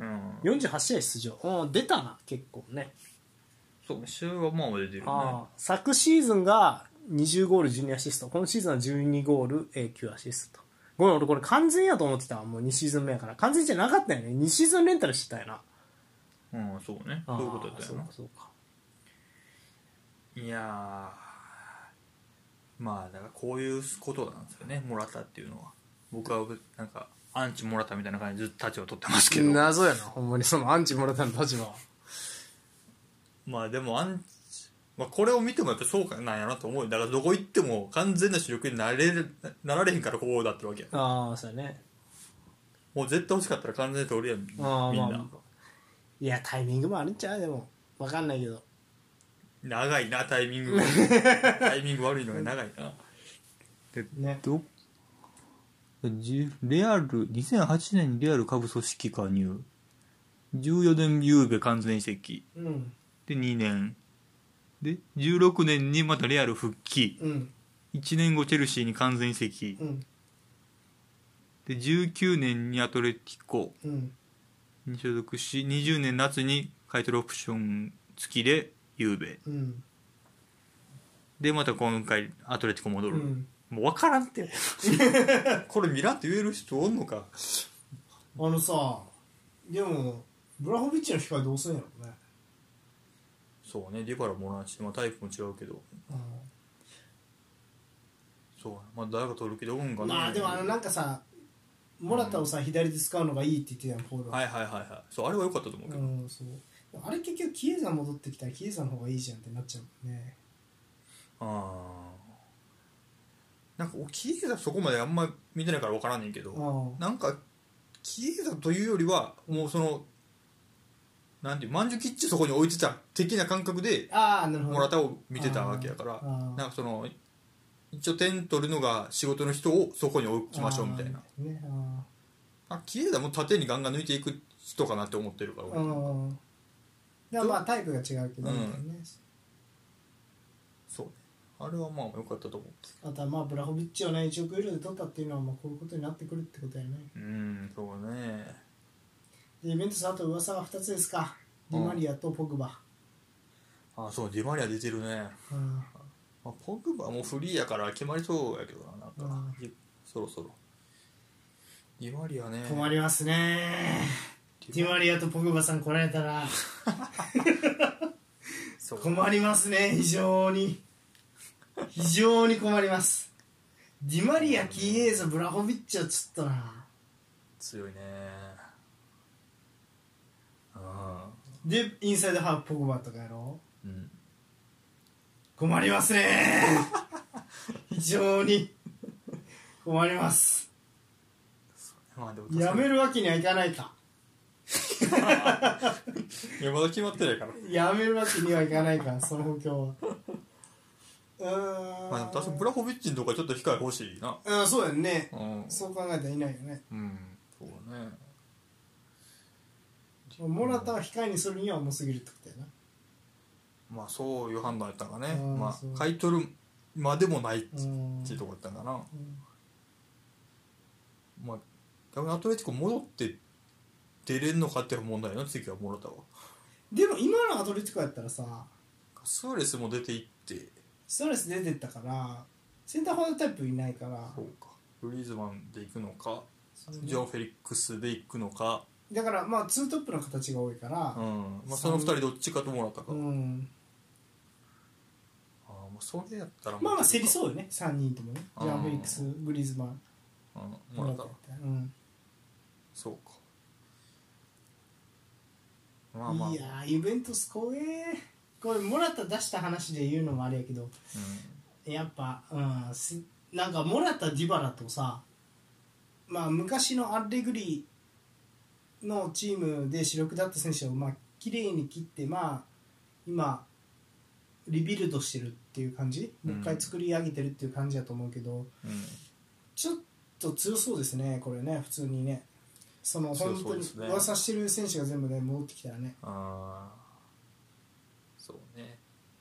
S2: うん
S1: 48試合出場うん出たな結構ね
S2: そう週はまあ出てるね
S3: あ
S1: 昨シーズンが20ゴール12アシスト今シーズンは12ゴールえー9アシストごめん俺これ完全やと思ってたわもう2シーズン目やから完全じゃなかったよね2シーズンレンタルしてたよな
S2: うんそうねそういうことだったよ
S1: あーそう
S2: な
S1: かそうか
S2: いやーまあだからこういうことなんですよねもらったっていうのは僕はなんかアンチもらったみたいな感じで立場を取ってますけど
S3: 謎やなほんまにそのアンチもらったの立場は
S2: まあでもアンチ、まあ、これを見てもやっぱそうかなんやなと思うよだからどこ行っても完全な主力になれるなられへんからこうだってるわけや
S3: ああそうやね
S2: もう絶対欲しかったら完全に取るやんみん
S3: あーまあ
S2: な
S3: まあいやタイミングもあるんちゃうでも分かんないけど
S2: 長いなタイミ *laughs* ングがタイミング悪いのが長いな
S1: ね
S2: どレアル2008年にレアル株組織加入14年ゆうべ完全移籍
S1: うん
S2: で2年で16年にまたレアル復帰
S1: うん
S2: 1年後チェルシーに完全移籍
S1: うん
S2: で19年にアトレティコ
S1: うん
S2: に所属し20年夏に買い取りオプション付きでゆうべ
S1: うん
S2: でまた今回アトレティコ戻
S1: う
S2: る、
S1: ん
S2: もう分からんって
S1: *laughs*
S2: これミランって言える人おんのか
S1: あのさでもブラホビッチの控えどうすんやろね
S2: そうねディバラもおらんし、まあ、タイプも違うけど
S1: う
S2: そうまあ誰か取る気でおるんか
S1: ん
S2: な
S1: まあでもあのなんかさモラタをさ左で使うのがいいって言ってたやんポールは
S2: はいはいはいはいそうあれは良かったと思うけど、
S1: うんそうあれ結局キエザ戻ってきたらキエザの方がいいじゃんってなっちゃうもんね
S2: あーなんかおキエザそこまであんま見てないから分からんねんけど、
S1: うん
S2: なんかキエザというよりはもうそのなんていうまんじゅうキッチンそこに置いてた的な感覚で
S1: ああなるほど
S2: モラタを見てたわけやから
S1: あー
S2: なんかその一応点取るのが仕事の人をそこに置きましょうみたいな
S1: あーねあ
S2: あキエザも縦にガンガン抜いていく人かなって思ってるから
S1: ー
S2: 俺
S1: うんだからまあタイプが違うけどみたいなね
S2: そうねあれはまあ良かったと思う
S1: あとはまあブラホビッチをね1億ユーロで取ったっていうのはまあこういうことになってくるってことやね
S2: うんそうね
S1: でイベントさんあと噂が2つですかディマリアとポグバ
S2: あそうディマリア出てるね、
S1: うん
S2: まあ、ポグバもフリーやから決まりそうやけどななんか
S1: うん
S2: そろそろディマリアね
S1: 困りますねディマリアとポグバさん来られたら
S2: そう
S1: 困りますね非常に非常に困りますディマリアキーエーザブラホビッチはちょっとな
S2: 強いね
S1: でインサイドハーフポグバとかやろ
S2: うん
S1: 困りますね非常に困ります
S2: まあでも
S1: やめるわけにはいかないか
S2: いやまだ決まってないから
S1: やめるわけにはいかないかその補強はうーん
S2: まあでも確かにブラホビッチンとかちょっと控え欲しいな
S1: うんそうやんね
S2: うん
S1: そう考えたらいないよね
S2: うんそうね
S1: モラタは控えにするには重すぎるってことやな
S2: まあそういう判断やったんかね
S1: うん
S2: ま
S1: そう
S2: あ買い取るまでもないっ
S1: うん
S2: ていうとこやったんかな
S1: うん
S2: まあ逆にアトレティコ戻って出れんのかっていう問題やな次はもらったわ
S1: でも今のアトレティコやったらさ
S2: スアレスも出ていって
S1: ストレス出てったからセンターフォワードタイプいないから
S2: そうかグリーズマンで行くのか
S1: その
S2: ジョン・フェリックスで行くのか
S1: だからまあツートップの形が多いから
S2: うん、まあ、その二人どっちかともらったか、
S1: う
S2: あ
S1: ん
S2: あまあそれやったら
S1: まあまあ競り
S2: う、
S1: そうよね3人ともねジャン・フェリックスグリーズマン
S2: うん、もらったわ
S1: うん
S2: そうかまあまあ
S1: いやーイベントス怖えこれモラタ出した話で言うのもあれやけどやっぱうんすなんかモラタディバラとさまあ昔のアレグリのチームで主力だった選手をまあ綺麗に切ってまあ今リビルドしてるっていう感じ
S2: うん
S1: もう一回作り上げてるっていう感じだと思うけど、
S2: うん、うん
S1: ちょっと強そうですねこれね普通にねその
S2: 強
S1: 本
S2: そ
S1: 当
S2: うで
S1: に
S2: すね
S1: 噂してる選手が全部ね戻ってきたらね
S2: ああそうね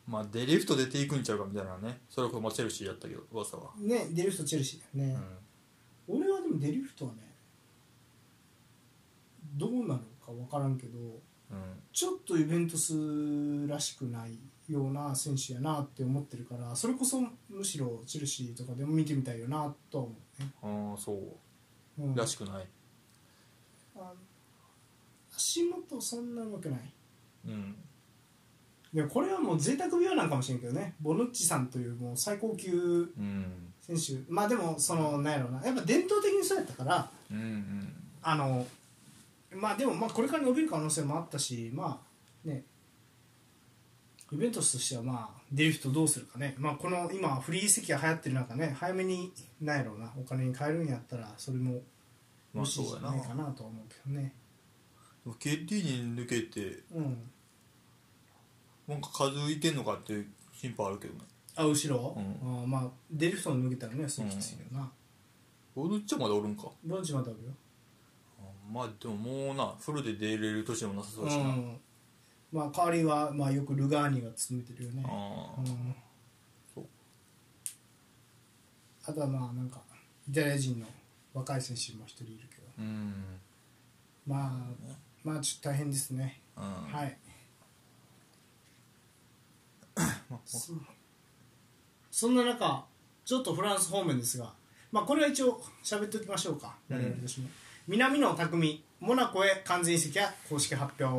S2: まあデリフト出ていくんちゃうかみたいなねそれこそまあチェルシーやったけど噂は、
S1: ねデリフトチェルシーだよね
S2: うん、、
S1: 俺はでもデリフトはねどうなるか分からんけど
S2: うん
S1: ちょっとイベントスらしくないような選手やなって思ってるからそれこそむしろチェルシーとかでも見てみたいよなとは思うね、
S2: ああそう、
S1: うん、
S2: らしくない
S1: あの足元そんなうまくない
S2: うん
S1: でもこれはもう贅沢病なんかもしれんけどねボヌッチさんというもう最高級
S2: うん
S1: 選手まあでもそのなんやろうなやっぱ伝統的にそうやったから
S2: うんうん
S1: あのまあでもまあこれから伸びる可能性もあったしまあねイベントスとしてはまあデリフトどうするかねまあこの今フリー席が流行ってる中ね早めになんやろうなお金に換えるんやったらそれも
S2: ま
S1: 欲
S2: あ
S1: し
S2: そう
S1: いじ
S2: や
S1: ゃ
S2: な
S1: ないかなとは思うけどね
S2: でも KT に抜けて
S1: うん
S2: なんか数いけんのかっていう心配あるけどね
S1: あ後ろ、
S2: うん
S1: あーまあデリフトに抜けたらねそうきついよな、
S2: ボルッチャまだおるんか
S1: ボヌッチまたおるよ
S2: まあでももうなフルで出れる年でもなさそううしな、あ
S1: ん、まあ代わりは、まあ、よくルガーニが務めてるよね
S2: あ
S1: あ,、うん
S2: そう、
S1: あとはまあなんかイタリア人の若い選手も一人いるけど
S2: うん
S1: まあまあちょっと大変ですね、
S2: うん
S1: はい
S2: まあ
S1: そ *coughs* そんな中ちょっとフランス方面ですが、まあ、これは一応喋っておきましょうか、
S2: うん
S1: 我々としても南野拓実モナコへ完全移籍は公式発表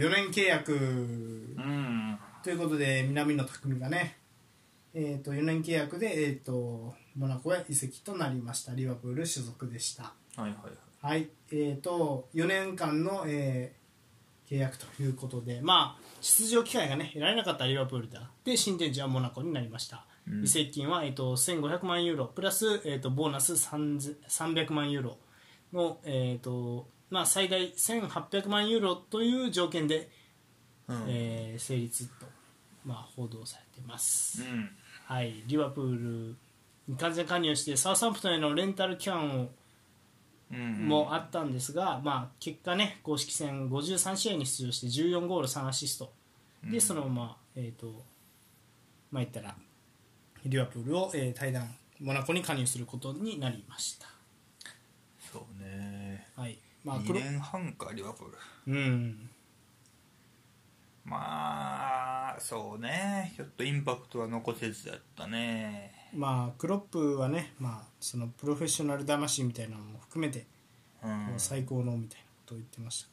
S1: 4年契約、
S2: うん
S1: ということで南野拓実がね、えー、と4年契約で、えー、とモナコへ移籍となりましたリバプール所属でした
S2: はいはいはい
S1: はいえー、と4年間の、えー契約ということでまあ出場機会がね得られなかったリバプールであって新天地はモナコになりました、
S2: うん
S1: 移籍金は、えー、と1500万ユーロプラス、えー、とボーナス3000 300万ユーロの、えーとまあ、最大1800万ユーロという条件で
S2: うん
S1: えー成立と、まあ、報道されてます、
S2: うん
S1: はい、リバプールに完全加入してサウサンプトンへのレンタル期間を
S2: うん
S1: もあったんですが、まあ、結果ね公式戦53試合に出場して14ゴール3アシストでそのまま、えーとまあ、言ったらリバプールを、えー、対談モナコに加入することになりました、
S2: そうね
S1: はいまあ、
S2: 2
S1: 黒
S2: 年半かリバプー
S1: う
S2: ル
S1: ん
S2: まあそうねちょっとインパクトは残せずだったね
S1: まあ、クロップはね、まあ、そのプロフェッショナル魂みたいなのも含めて
S2: うん
S1: もう最高のみたいなことを言ってました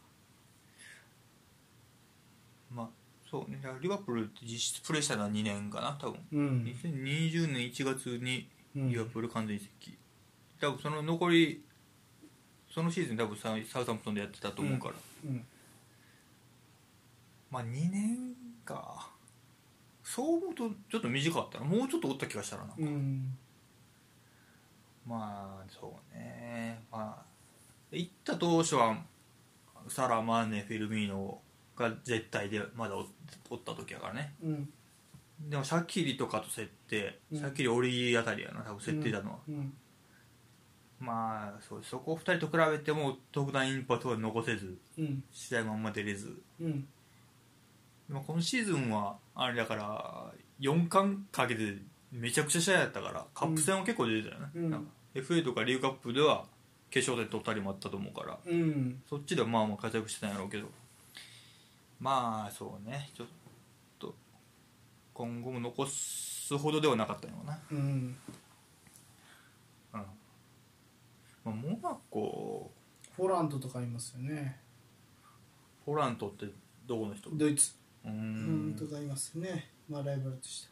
S2: まあそうねだからリバプールって実質プレーしたのは2年かな多分
S1: うん、
S2: 2020年1月に
S1: うん
S2: リバプール完全移籍、多分その残りそのシーズン多分サウサウサンプトンでやってたと思うから、
S1: うん、
S2: まあ2年かそう思うとちょっと短かったなもうちょっとおった気がしたらな、
S1: うん、
S2: まあそうねまあ行った当初はサラ・マーネ・フィルミーノが絶対でまだおおった時やからね
S1: うん、
S2: でもシャキリとかと設定、
S1: うん
S2: シャキリオリあたりやな多分設定だのは、
S1: うん、
S2: まあそうそこ2人と比べても特段インパクトは残せず
S1: うん、
S2: 試合もあんま出れず
S1: うん、
S2: でも今シーズンはあれだから4冠かけてめちゃくちゃ試合やったからカップ戦は結構出てたよね、
S1: うん
S2: なんか FA とかリーグカップでは決勝で取ったりもあったと思うから
S1: うん、
S2: そっちではまあまあ活躍してたんやろうけどまあそうねちょっと今後も残すほどではなかったんやろうな
S1: うん、
S2: うんまあ、モナコ
S1: フォランドとかいますよね。
S2: ポラントってどこの人
S1: ドイツ、
S2: うー
S1: うんん、とかいますよね。まあライバルとして。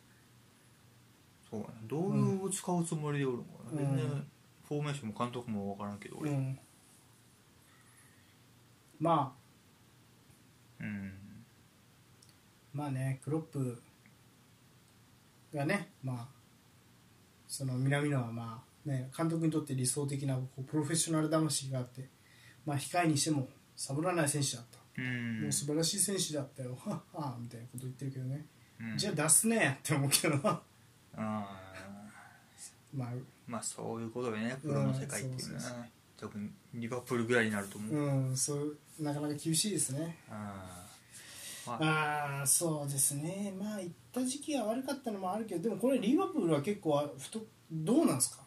S2: そうねどういう使うつもりでおるのかな、
S1: うん
S2: 全然フォーメーションも監督も分からんけど
S1: う
S2: 俺うん、
S1: ん。まあ、まあね、クロップがね、まあその南野はまあね監督にとって理想的なこうプロフェッショナル魂があって、まあ控えにしてもサボらない選手だった。
S2: うん
S1: もう素晴らしい選手だったよ、 *laughs* はっはみたいなこと言ってるけどね、
S2: うん
S1: じゃあ出すねって思うけど、 *laughs*
S2: あ
S1: まあ、
S2: ーまあそういうことよねプロの世界っていう
S1: う
S2: のは、ね
S1: んそうそう
S2: 特にリバプールぐらいになると思う、
S1: うん、そうなかなか厳しいですね。
S2: あーまあ
S1: ああ、そうですね、まあ、行った時期が悪かったのもあるけど、でもこれ、リバプールは結構あ、ふとどうなんですか、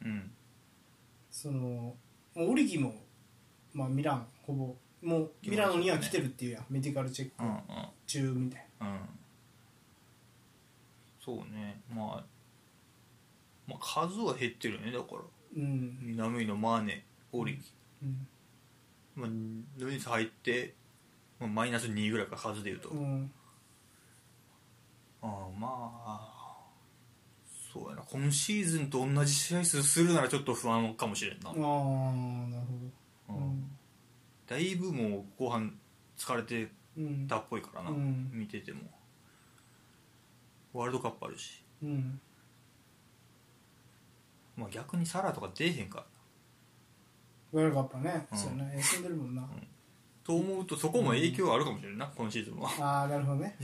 S2: うん
S1: そのもうオリギも、まあ、ミラン、ほぼ、もうミラノには来てるっていうやん、メディカルチェッ
S2: うんうん
S1: ク中みたい
S2: うんそうねまあまあ数は減ってるよねだから
S1: な。うん、
S2: 南のマーネオリギ
S1: うん、
S2: まあ、ヌニス入って、まあ、マイナス2ぐらいか数でいうと、
S1: うん、
S2: ああまあそうやな今シーズンと同じ試合数するならちょっと不安かもしれんな、
S1: ああ、なる
S2: う
S1: ほど。
S2: んだいぶもう後半疲れて
S1: うん、
S2: たっぽいからな、
S1: うん
S2: 見ててもワールドカップあるし、
S1: うん、
S2: まあ、逆にサラとか出えへんから
S1: ワールドカップはね、
S2: うん
S1: そうやな、休んでるもんな。
S2: と思うとそこも影響あるかもしれんな、今シーズンは *laughs*
S1: ああなるほどね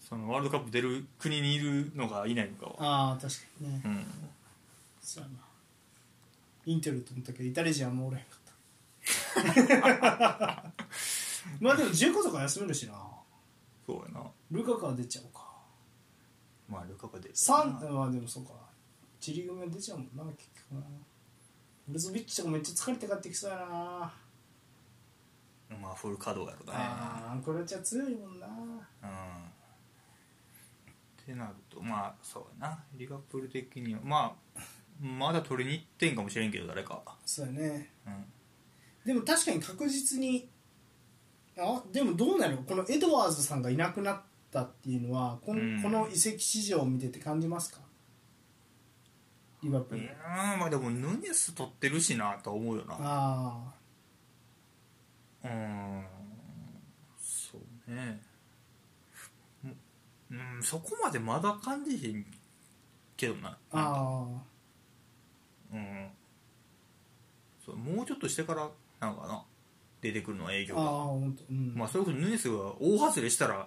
S2: そのワールドカップ出る国にいるのかいないのかは
S1: ああ確かにね
S2: うん
S1: そうやなインテルと思ったけどイタリア人はもうおらへんかったまあでもジェコとか休めるしな
S2: そうやな
S1: ルカカは出ちゃうか
S2: まあルカが出る
S1: サンまあでもそうかチリ組は出ちゃうもんな結局なブルゾビッチとかめっちゃ疲れて帰ってきそうやな
S2: まあフル稼働やろな
S1: あーアンクロチア強いもんな
S2: うんってなるとまあそうやなリバプール的にはまあまだ取りに行ってんかもしれんけど誰か
S1: そうやね
S2: うん
S1: でも確かに確実にあでもどうなのこのエドワーズさんがいなくなったっていうのはこ,、
S2: うん
S1: この移籍市場を見てて感じますかリバプー
S2: い
S1: ル、
S2: やーまあでもヌニェス取ってるしなとは思うよな
S1: ああ
S2: うんそうねうんうんそこまでまだ感じへんけどな
S1: あ
S2: うんそうもうちょっとしてからなんかな出てくるのは営
S1: ああ
S2: 業
S1: あ
S2: が
S1: 本当うん
S2: まあそういうことヌネスが大外れしたらい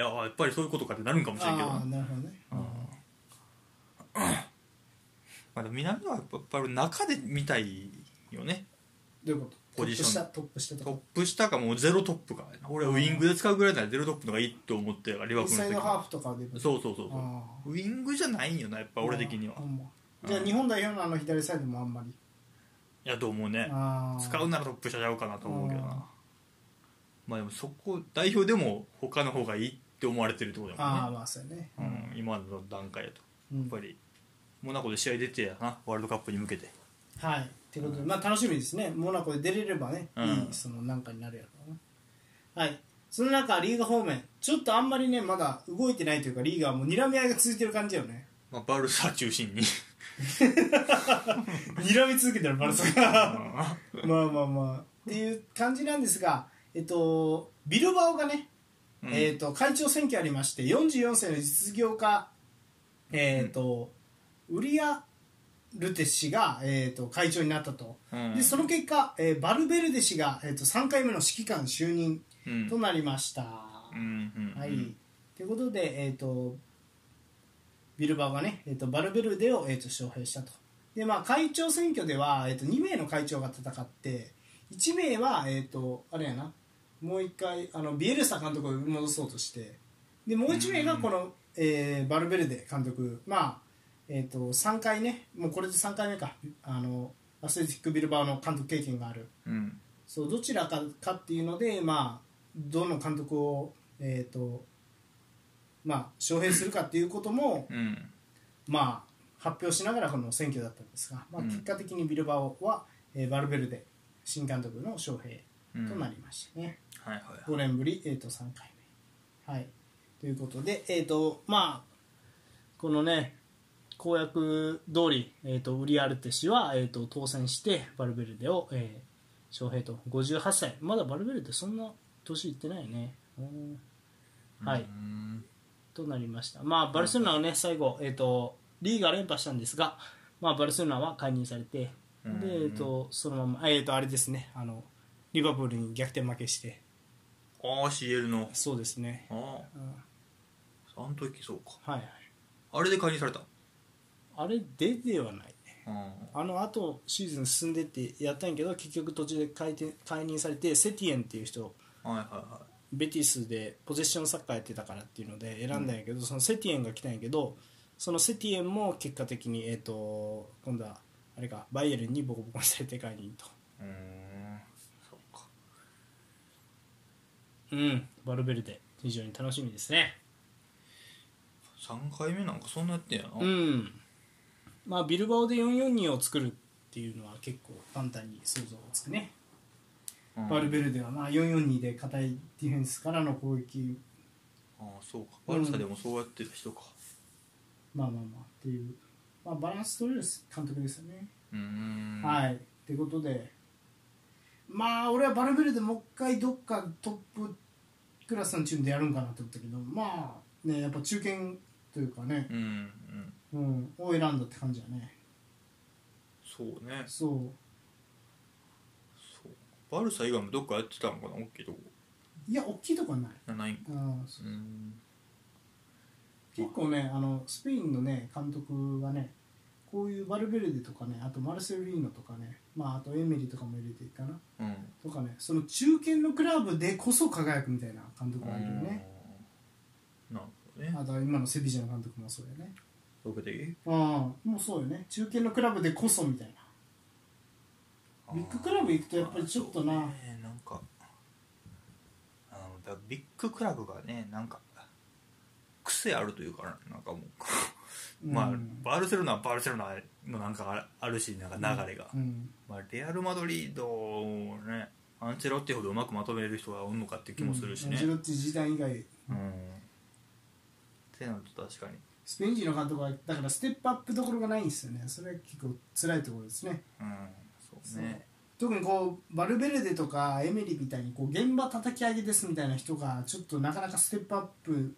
S2: ややっぱりそういうことかってなるんかもしれんけど
S1: あ
S2: な
S1: あなるほどね、
S2: うんまだ南はやっぱやっぱり中で見たいよね
S1: どういうこと
S2: ポジション
S1: トップ下トップ下と
S2: トッ
S1: か
S2: プ下かもうゼロトップか俺はウイングで使うぐらいならゼロトップの方がいいと思ってリ
S1: イ
S2: バ
S1: ン
S2: プールの
S1: サイ
S2: 時
S1: ドハー
S2: は
S1: フとかでも
S2: そうそうそうそう
S1: あ
S2: ウイングじゃないんよなやっぱ
S1: あ
S2: 俺的には
S1: ほんま
S2: うん
S1: じゃあ日本代表のあの左サイドもあんまり
S2: いやと思うね
S1: ああ
S2: 使うならトップしちゃうかなと思うけど
S1: うん
S2: なまあでもそこ代表でも他の方がいいって思われてるってことだ
S1: あ
S2: も
S1: あま
S2: んね、
S1: あそうやね
S2: うん、今の段階だと
S1: うん
S2: やっぱりモナコで試合出てやなワールドカップに向けて
S1: はいってことで、まあ楽しみですねモナコで出れればね、
S2: うん
S1: いいそのなんかになるやろうなはいその中リーガ方面ちょっとあんまりねまだ動いてないというかリーガはもう睨み合いが続いてる感じよね
S2: まあ、バルサ中心に
S1: *laughs* 睨み続けてるバルサ
S2: う
S1: が
S2: んは
S1: *laughs* まあまあまあっていう感じなんですがえっとビルバオがね、
S2: うん
S1: えっと会長選挙ありまして44歳の実業家えっと、ウリア・ルテ氏が、えっと会長になったと、
S2: うん
S1: でその結果、えーバルベルデ氏が、えっと3回目の指揮官就任
S2: うん
S1: となりました、
S2: うんうん
S1: はい、ということで、えー、とビルバーがね、えー、とバルベルデを、えー、と招聘したとで、まあ、会長選挙では、えー、と2名の会長が戦って1名は、えー、とあれやなもう1回あのビエルサ監督を呼び戻そうとしてでもう1名がこの、えーバルベルデ監督まあえー、と3回ねもうこれで3回目かあのアスレティック・ビルバーの監督経験がある
S2: うん
S1: そうどちらかかっていうので、まあ、どの監督を、えーとまあ、招聘するかっていうことも、
S2: うん
S1: まあ、発表しながらこの選挙だったんですが、まあ、
S2: うん
S1: 結果的にビルバオは、えーバルベルデ新監督の招聘
S2: うん
S1: となりましたね、
S2: はいはい
S1: 5年ぶり、えー、と3回目、はい、ということで、えーとまあ、
S4: このね公約通り、えー、とウリアルテ氏は、えー、と当選してバルベルデを、えー、招聘と58歳まだバルベルデそんな年いってないね、うんはい、
S2: うん
S4: となりました、まあ、バルセロナは、ね、最後、えー、とリーガ連覇したんですが、まあ、バルセロナは解任されて、
S2: うん
S4: でえー、とそのまま、えー、とあれですねあのリバプールに逆転負けして
S2: ああ CL の
S4: そうですね、
S2: あ
S4: うん
S2: ああの時そうか
S4: はいはい、
S2: あれで解任された
S4: あれでではない
S2: うん
S4: あのあとシーズン進んでってやったんやけど結局途中で解転解任されてセティエンっていう人
S2: はいは
S4: ベティスでポゼッションサッカーやってたからっていうので選んだんやけど、そのセティエンが来たんやけどそのセティエンも結果的に、えー、と今度はあれかバイエルンにボコボコにされて解任と、
S2: いはいうんそうか
S4: うん、バルベルデ非常に楽しみですね
S2: 3回目なんかそんなやってんやな
S4: うんまあビルバオで442を作るっていうのは結構簡単に想像がつくね
S2: うん
S1: バルベルデは、まあ、442で堅いディフェンスからの攻撃、
S2: ああそうかバルサでもそうやってた人か
S1: まあまあまあっていう、まあ、バランス取れる監督ですよね。
S2: うん
S1: はい。ってことで、まあ、俺はバルベルでもう一回どっかトップクラスのチームでやるんかなと思ったけど、まあ、ね、やっぱ中堅というかね、
S2: うんうん
S1: うん、を選んだって感じだね。
S2: そうね
S1: そ
S2: そうバルサ以外もどっかやってたのかな大きいとこ
S1: う。いや、大きいとこはない。
S2: なないんか
S1: うん、
S2: うん
S1: 結構ね、あの、スペインのね、監督がね、こういうバルベルデとかね、あとマルセルリーノとかね、まあ、あとエメリとかも入れていいかな。
S2: うん
S1: とかね、その中堅のクラブでこそ輝くみたいな監督がいるよね。
S2: うんなるほどね
S1: あとは今のセビジャの監督もそうだよね。
S2: そういうことでいい
S1: ああもうそうよね中堅のクラブでこそみたいな
S5: ビッグクラブ行くとやっぱりちょっとな、
S2: そうねなんかあのだビッグクラブがねなんか癖あるというかなんかもう
S5: うん
S2: まあ、バルセロナはバルセロナのなんかあるしなんか流れが、
S5: うん、
S2: まあ、レアル・マドリードをねアンチェロッティほどうまくまとめれる人がおんのかっていう気もするしね
S5: アンジェロッティ時代以外
S2: うん、ってなると確かに
S5: スペイン人の監督はだからステップアップどころがないんですよねそれは結構辛いところですね
S2: うんそうね
S5: 特にこうバルベルデとかエメリみたいにこう現場叩き上げですみたいな人がちょっとなかなかステップアップ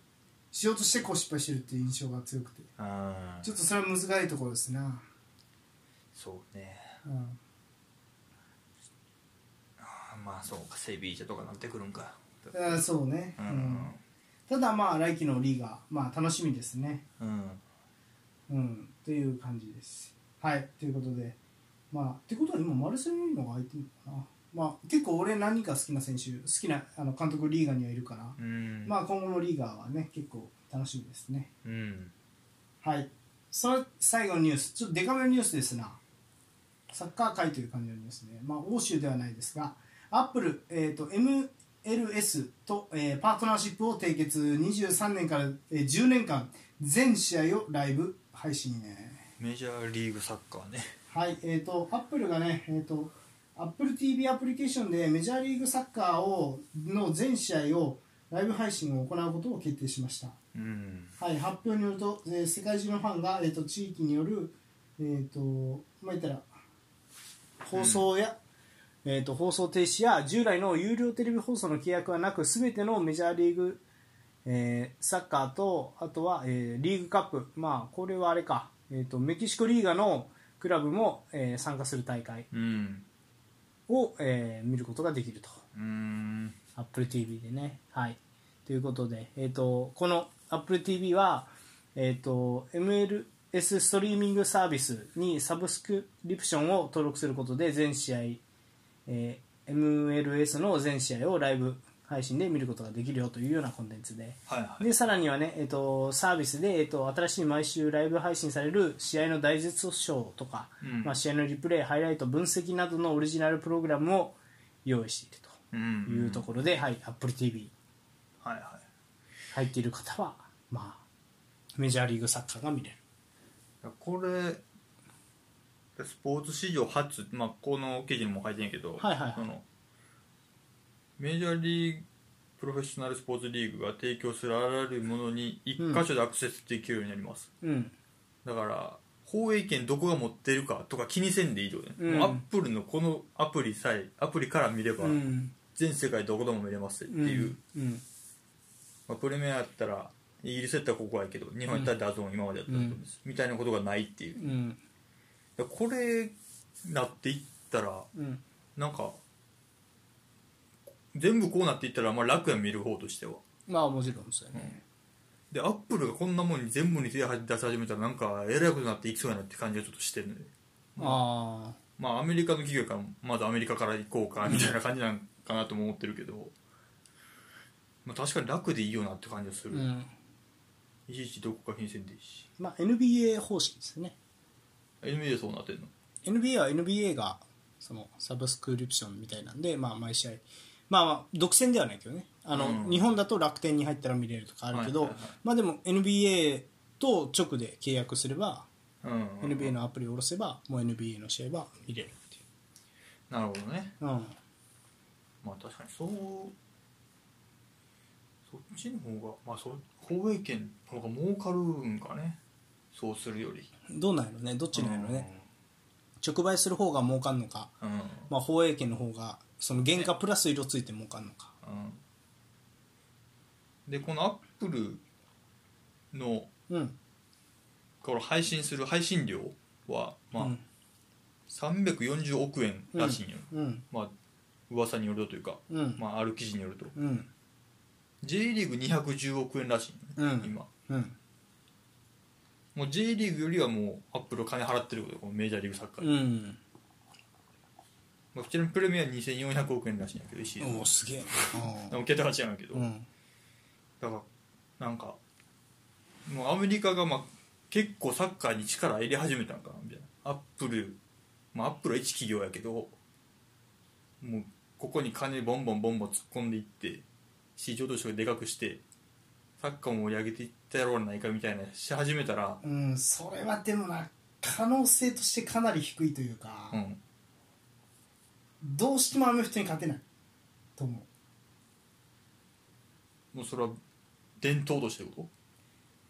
S5: しようとしてこう失敗してるっていう印象が強くて
S2: うん
S5: ちょっとそれは難しいところですな、
S2: そうね
S5: うん、
S2: あーまあそうかセビージャとかなってくるんか
S5: だからそうね、
S2: う
S5: うんん、ただまあ来季のリーガーまあ楽しみですね
S2: うん
S5: うんという感じですはいということでまあってことは今マルセロのが空いてるのかなまあ結構俺何人か好きな選手好きなあの監督リーガーにはいるから、
S2: うん
S5: まあ今後のリーガーはね結構楽しみですね
S2: うん
S5: はいそれ最後のニュースちょっとデカめのニュースですなサッカー界という感じのニュースねまあ欧州ではないですがアップル、えー、と MLS と、えーパートナーシップを締結23年から、えー10年間全試合をライブ配信ね
S2: メジャーリーグサッカーね
S5: はい、えっ、と、アップルがね、えっ、と、Apple TV アプリケーションでメジャーリーグサッカーをの全試合をライブ配信を行うことを決定しました。
S2: うん
S5: はい、発表によると、えー世界中のファンが、えー、と地域による、えーとまあ、言ったら
S1: 放送や、えー、と放送停止や従来の有料テレビ放送の契約はなく全てのメジャーリーグ、えーサッカーとあとは、えーリーグカップ、まあ、これはあれか、えー、とメキシコリーガのクラブも、えー参加する大会
S2: うん
S1: を、えー見ることができると
S2: うん
S1: AppleTV でね。はい、ということで、えー、とこの AppleTV は、えー、と MLS ストリーミングサービスにサブスクリプションを登録することで全試合、えー MLS の全試合をライブ配信で見ることができるよというようなコンテンツで。
S2: はいはい
S1: でさらにはね、えっとサービスで、えっと新しい毎週ライブ配信される試合の大絶唱とか、
S2: うん
S1: まあ、試合のリプレイ、ハイライト、分析などのオリジナルプログラムを用意していると
S2: うん
S1: というところで、はい、AppleTV
S2: はいはい
S1: 入っている方は、まあ、メジャーリーグサッカーが見れる。
S2: いやこれスポーツ史上初、まあ、この記事にも書いてんやけど、
S1: はいはいはい
S2: そのメジャーリーグプロフェッショナルスポーツリーグが提供するあらゆるものに一箇所でアクセスできるようになります、
S1: うん、
S2: だから放映権どこが持ってるかとか気にせんでいいよね、
S1: うん
S2: もうアップルのこのアプリさえアプリから見れば
S1: うん、
S2: 全世界どこでも見れますって
S1: うん、
S2: いう、
S1: うん、
S2: まあ、プレミアやったらイギリスやったらここはやけど日本やったらダゾーン今までやったらダゾーンです、みたいなことがないっていう
S1: うん、
S2: いやこれなっていったら
S1: うん、
S2: なんか全部こうなっていったらまあ楽やん見る方としては
S1: まあ、もちろんですよね。
S2: でアップルがこんなもんに全部に手を出し始めたらなんかえらいことになっていきそうやなって感じがちょっとしてるね
S1: あ
S2: まあアメリカの企業やからまずアメリカから行こうかみたいな感じなんかなとも思ってるけど、まあ、確かに楽でいいよなって感じがす
S1: あ、
S2: る、
S1: うん、
S2: いちいちどこか変遷でいいし
S1: まあ、NBA 方式ですね。
S2: NBA そうなってんの
S1: NBA は NBA がそのサブスクリプションみたいなんで、まあ、毎試合、まあ、まあ独占ではないけどねあの、
S2: うん
S1: 日本だと楽天に入ったら見れるとかあるけど、
S2: はいはいはい
S1: まあ、でも NBA と直で契約すれば、
S2: うん、うん、
S1: NBA のアプリを下ろせばもう NBA の試合は見れるってい
S2: なるほどね
S1: う、うん、
S2: まあ確かにそうそっちの方がまあそ放映権の方が儲かるんかねそうするより
S1: どうなんやろねどっちなんやろね、直売する方が儲かんのか、
S2: うん、うん
S1: まあ、放映権の方がその原価プラス色ついて儲かんのか、
S2: でこのアップルの
S1: うん
S2: これ配信する配信料はまあ、
S1: うん
S2: 340億円らしいんよ、
S1: うん
S2: まあ噂によるとというか、
S1: うん
S2: まあ、ある記事によると
S1: うん
S2: J リーグ210億円らしいんよ、
S1: うん
S2: 今
S1: うん
S2: もう J リーグよりはもうアップル金払ってることこのメジャーリーグサッカーに、
S1: うん
S2: まあ、こちらのプレミア2400億円らしいんやけど1シーズン
S1: おおすげえ
S2: でも桁が違うんやけど、
S1: う
S2: だ
S1: ん
S2: からなんかもうアメリカがまあ結構サッカーに力入れ始めたんかなみたいなアップルまあアップルは一企業やけどもうここに金ボンボンボンボン突っ込んでいって市場としてでかくしてサッカーを盛り上げていったやろうないかみたいなし始めたら、
S1: うんそれはでもな可能性としてかなり低いというか、
S2: うん、
S1: どうしてもアメフトに勝てないと思う
S2: もうそれは伝統としてってこ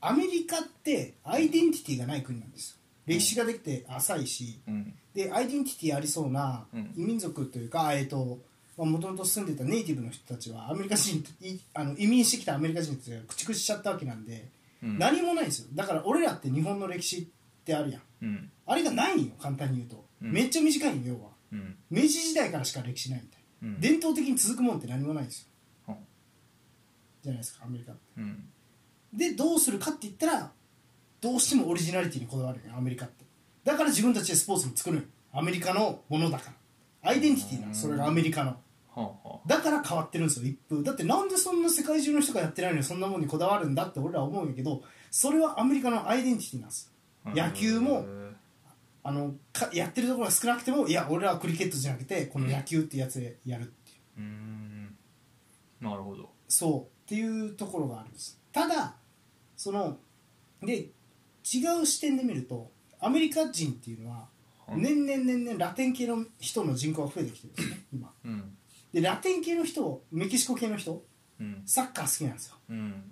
S1: アメリカってアイデンティティがない国なんですよ歴史ができて浅いし
S2: と、うん
S1: でアイデンティティありそうな
S2: うん
S1: 異民族というか、えっ、ともともと住んでたネイティブの人たちはアメリカ人いあの移民してきたアメリカ人たちが駆逐しちゃったわけなんで、
S2: うん
S1: 何もないんですよだから俺らって日本の歴史ってあるやん
S2: うん
S1: あれがないんよ簡単に言うと、
S2: うん
S1: めっちゃ短いんよ要は
S2: うん
S1: 明治時代からしか歴史ないみたいな、
S2: うん
S1: 伝統的に続くもんって何もないんですよ、
S2: うん
S1: じゃないですかアメリカって
S2: うん
S1: でどうするかって言ったらどうしてもオリジナリティにこだわるよねアメリカってだから自分たちでスポーツも作るのよアメリカのものだからアイデンティティなのそれがアメリカの
S2: はあはあ
S1: だから変わってるんですよ一風だってなんでそんな世界中の人がやってないのにそんなもんにこだわるんだって俺ら思うんやけどそれはアメリカのアイデンティティなんです野球もあのかやってるところが少なくてもいや俺らはクリケットじゃなくてこの野球ってやつでやるっていう
S2: うんなるほど
S1: そうっていうところがあるんですただそので違う視点で見るとアメリカ人っていうのは
S2: うん
S1: 年々年々ラテン系の人の人口が増えてきてるん
S2: *laughs*
S1: ですね今
S2: うん
S1: でラテン系の人メキシコ系の人
S2: うん
S1: サッカー好きなんですよ
S2: うん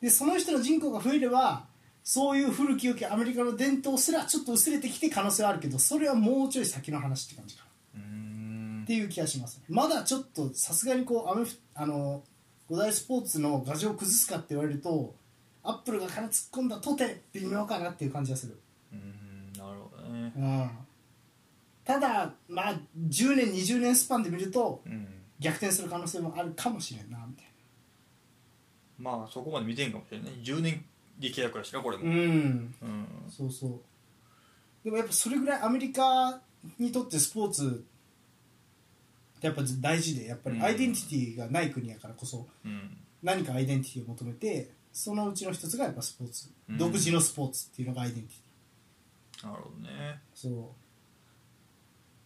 S1: でその人の人口が増えればそういう古き良きアメリカの伝統すらちょっと薄れてきて可能性はあるけどそれはもうちょい先の話って感じかな
S2: うん
S1: っていう気がしますねまだちょっとさすがにこうアメフあの五大スポーツの画像を崩すかって言われるとアップルが金突っ込んだとて微妙かなっていう感じがする、
S2: うんなるほどね
S1: うん、ただまあ10年20年スパンで見ると
S2: うん
S1: 逆転する可能性もあるかもしれんなみたい
S2: まあそこまで見てんかもしれないね10年で契約やしなこれも
S1: なうん
S2: うん
S1: そうそうでもやっぱそれぐらいアメリカにとってスポーツってやっぱ大事でやっぱりアイデンティティがない国やからこそ、
S2: うん
S1: 何かアイデンティティを求めてそのうちの一つがやっぱスポーツ、
S2: うん
S1: 独自のスポーツっていうのがアイデンティティ
S2: なるほどね
S1: そ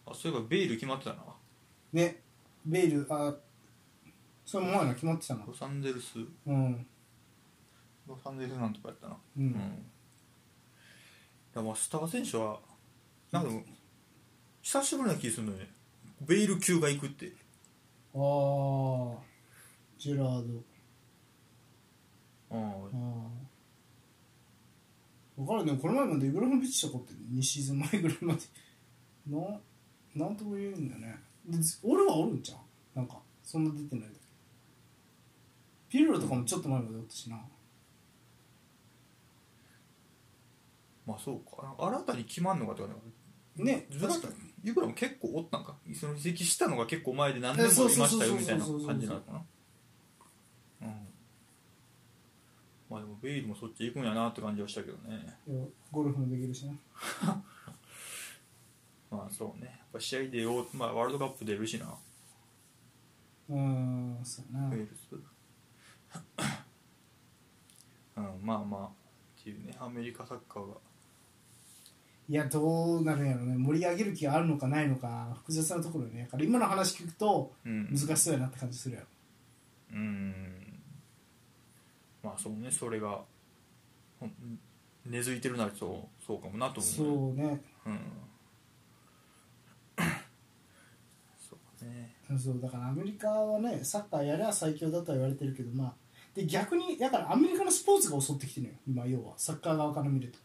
S2: あそういえばベイル決まってたな
S1: うねベイルあそれも前の決まってたな
S2: ロサンゼルス
S1: うん
S2: ロサンゼルスなんとかやったな
S1: うん、
S2: うん、いやまあスター選手はなんかでも久しぶりな気するのよねベイル級が行くって
S1: ああジェラード
S2: うん
S1: ああ分かるでもこの前までイブラヒモビッチとかって2シーズン前ぐらいまで *laughs* ななんとも言えんだよねで俺はおるんじゃんなんかそんな出てないだけピルロとかもちょっと前までおったしな
S2: まあそうか新たに決まんのかとかね
S1: ね
S2: ずらっといくらも結構おったんかその移籍したのが結構前で何年
S1: えそ
S2: も
S1: う
S2: い
S1: そう
S2: ま
S1: そう
S2: し
S1: そう
S2: た
S1: そ
S2: よ
S1: う
S2: みたいな感じなのかなうんまあでもベイルもそっち行くんやなって感じはしたけどね
S1: いやゴルフもできるしな
S2: まあそうねやっぱ試合でよう、まあ、ワールドカップ出るしな
S1: うーんそうやな
S2: ウェールズうんまあまあっていうねアメリカサッカーが
S1: いやどうなるんやろうね盛り上げる気があるのかないのか複雑なところよねだから今の話聞くと
S2: うん
S1: 難しそうやなって感じするやろ
S2: うんまあそうねそれがほん根付いてるならそうそうかもなと思うね
S1: そうね
S2: うんそうね
S1: そうだからアメリカはねサッカーやりゃ最強だとは言われてるけどまあで逆にだからアメリカのスポーツが襲ってきてるのよ今要はサッカー側から見ると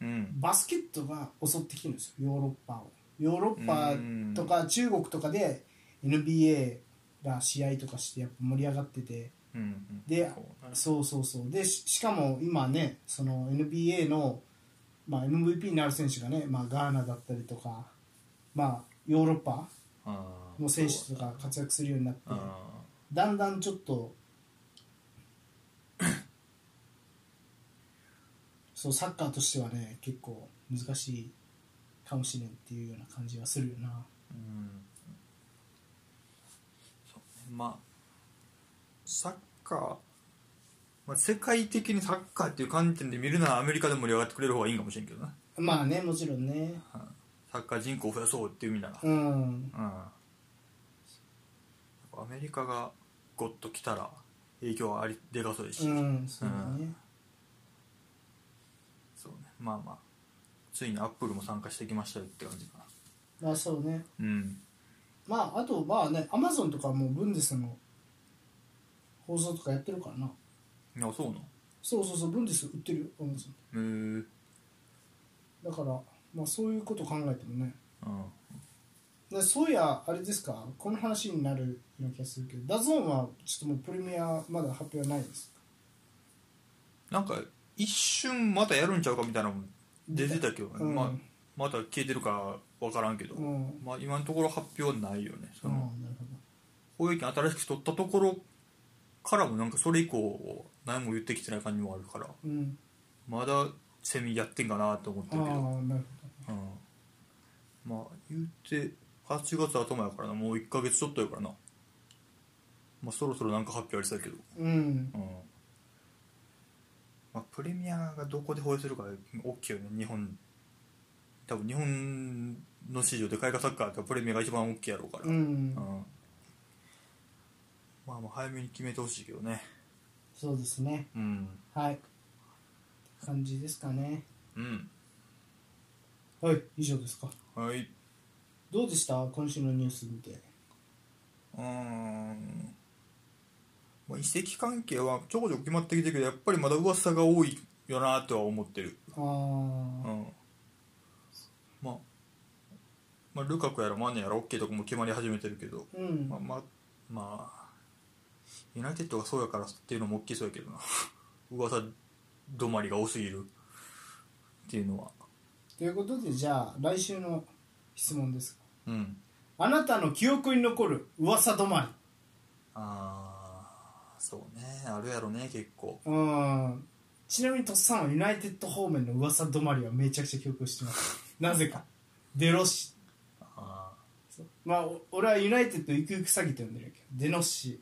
S2: うん
S1: バスケットが襲ってきてるんですよヨーロッパをヨーロッパとか中国とかで NBA が試合とかしてやっぱ盛り上がってて
S2: うんうん
S1: で
S2: そ
S1: そ
S2: うね
S1: うそうそうでししかも今ねその NBA の、まあ、MVP になる選手がね、まあ、ガーナだったりとか、まあ、ヨーロッパ
S2: あー
S1: の選手とか活躍するようになって
S2: あ
S1: だんだんちょっと *coughs* そうサッカーとしてはね結構難しいかもしれんっていうような感じはするよな
S2: ーうんそうねまあサッカーまあ、世界的にサッカーっていう観点で見るならアメリカで盛り上がってくれる方がいいんかもしれんけどな
S1: まあねもちろんね
S2: サッカー人口を増やそうっていう意味なら
S1: うん
S2: うアメリカがゴッと来たら影響はありでかそうですし、
S1: うんそうだね
S2: そうねまあまあついにアップルも参加してきましたよって感じかな
S1: まあそうね
S2: うん
S1: まああとまあねアマゾンとかもうブンデスの放送とかやってるからない
S2: やそうなの
S1: そうそうそうブンデス売ってるよアマゾン
S2: へえうん
S1: だからまあそういうこと考えてもねでそういやあれですかこの話になるような気がするけどダゾーンはちょっともうプレミアまだ発表はないです
S2: なんか一瞬またやるんちゃうかみたいなのも出てたけど、ね
S1: うん
S2: まあ、また消えてるかわからんけど、
S1: うん
S2: まあ、今のところ発表はないよねそ
S1: うん
S2: の
S1: なるほど
S2: 放映権新しく取ったところからもなんかそれ以降何も言ってきてない感じもあるから
S1: うん
S2: まだセミやってんかなと思って
S1: ああ
S2: るけど
S1: なる
S2: うん、まあ言うて8月頭やからなもう1ヶ月ちょっとやからなまあそろそろなんか発表ありそうやけど
S1: ほどうん
S2: うんまあプレミアがどこで放映するか大きいよね日本多分日本の市場で開花サッカーやったらプレミアが一番大きいやろうから、
S1: う
S2: うん
S1: ん
S2: まあまあ早めに決めてほしいけどね
S1: そうですね
S2: うん
S1: はい感じですかね
S2: うん
S1: はい以上ですか
S2: はい
S1: どうでした今週のニュース見て
S2: うーんまあ、移籍関係はちょこちょこ決まってきてるけどやっぱりまだ噂が多いよなとは思ってる、
S1: ああ
S2: うんまあ、まあルカクやらマネやらオッケーとかも決まり始めてるけど、
S1: うん
S2: まあまあまあユナイテッドがそうやからっていうのも大きそうやけどな *laughs* 噂止まりが多すぎるっていうのは
S1: ということでじゃあ来週の質問です
S2: うん
S1: あなたの記憶に残る噂止ま
S2: ああそうねあるやろね結構
S1: りうんちなみにとっさんはユナイテッド方面の噂止まりはめちゃくちゃ記憶してます
S2: *laughs*
S1: なぜかデロッシ
S2: あ
S1: まあお俺はユナイテッド行く行く詐欺って呼んでるけどデロッシ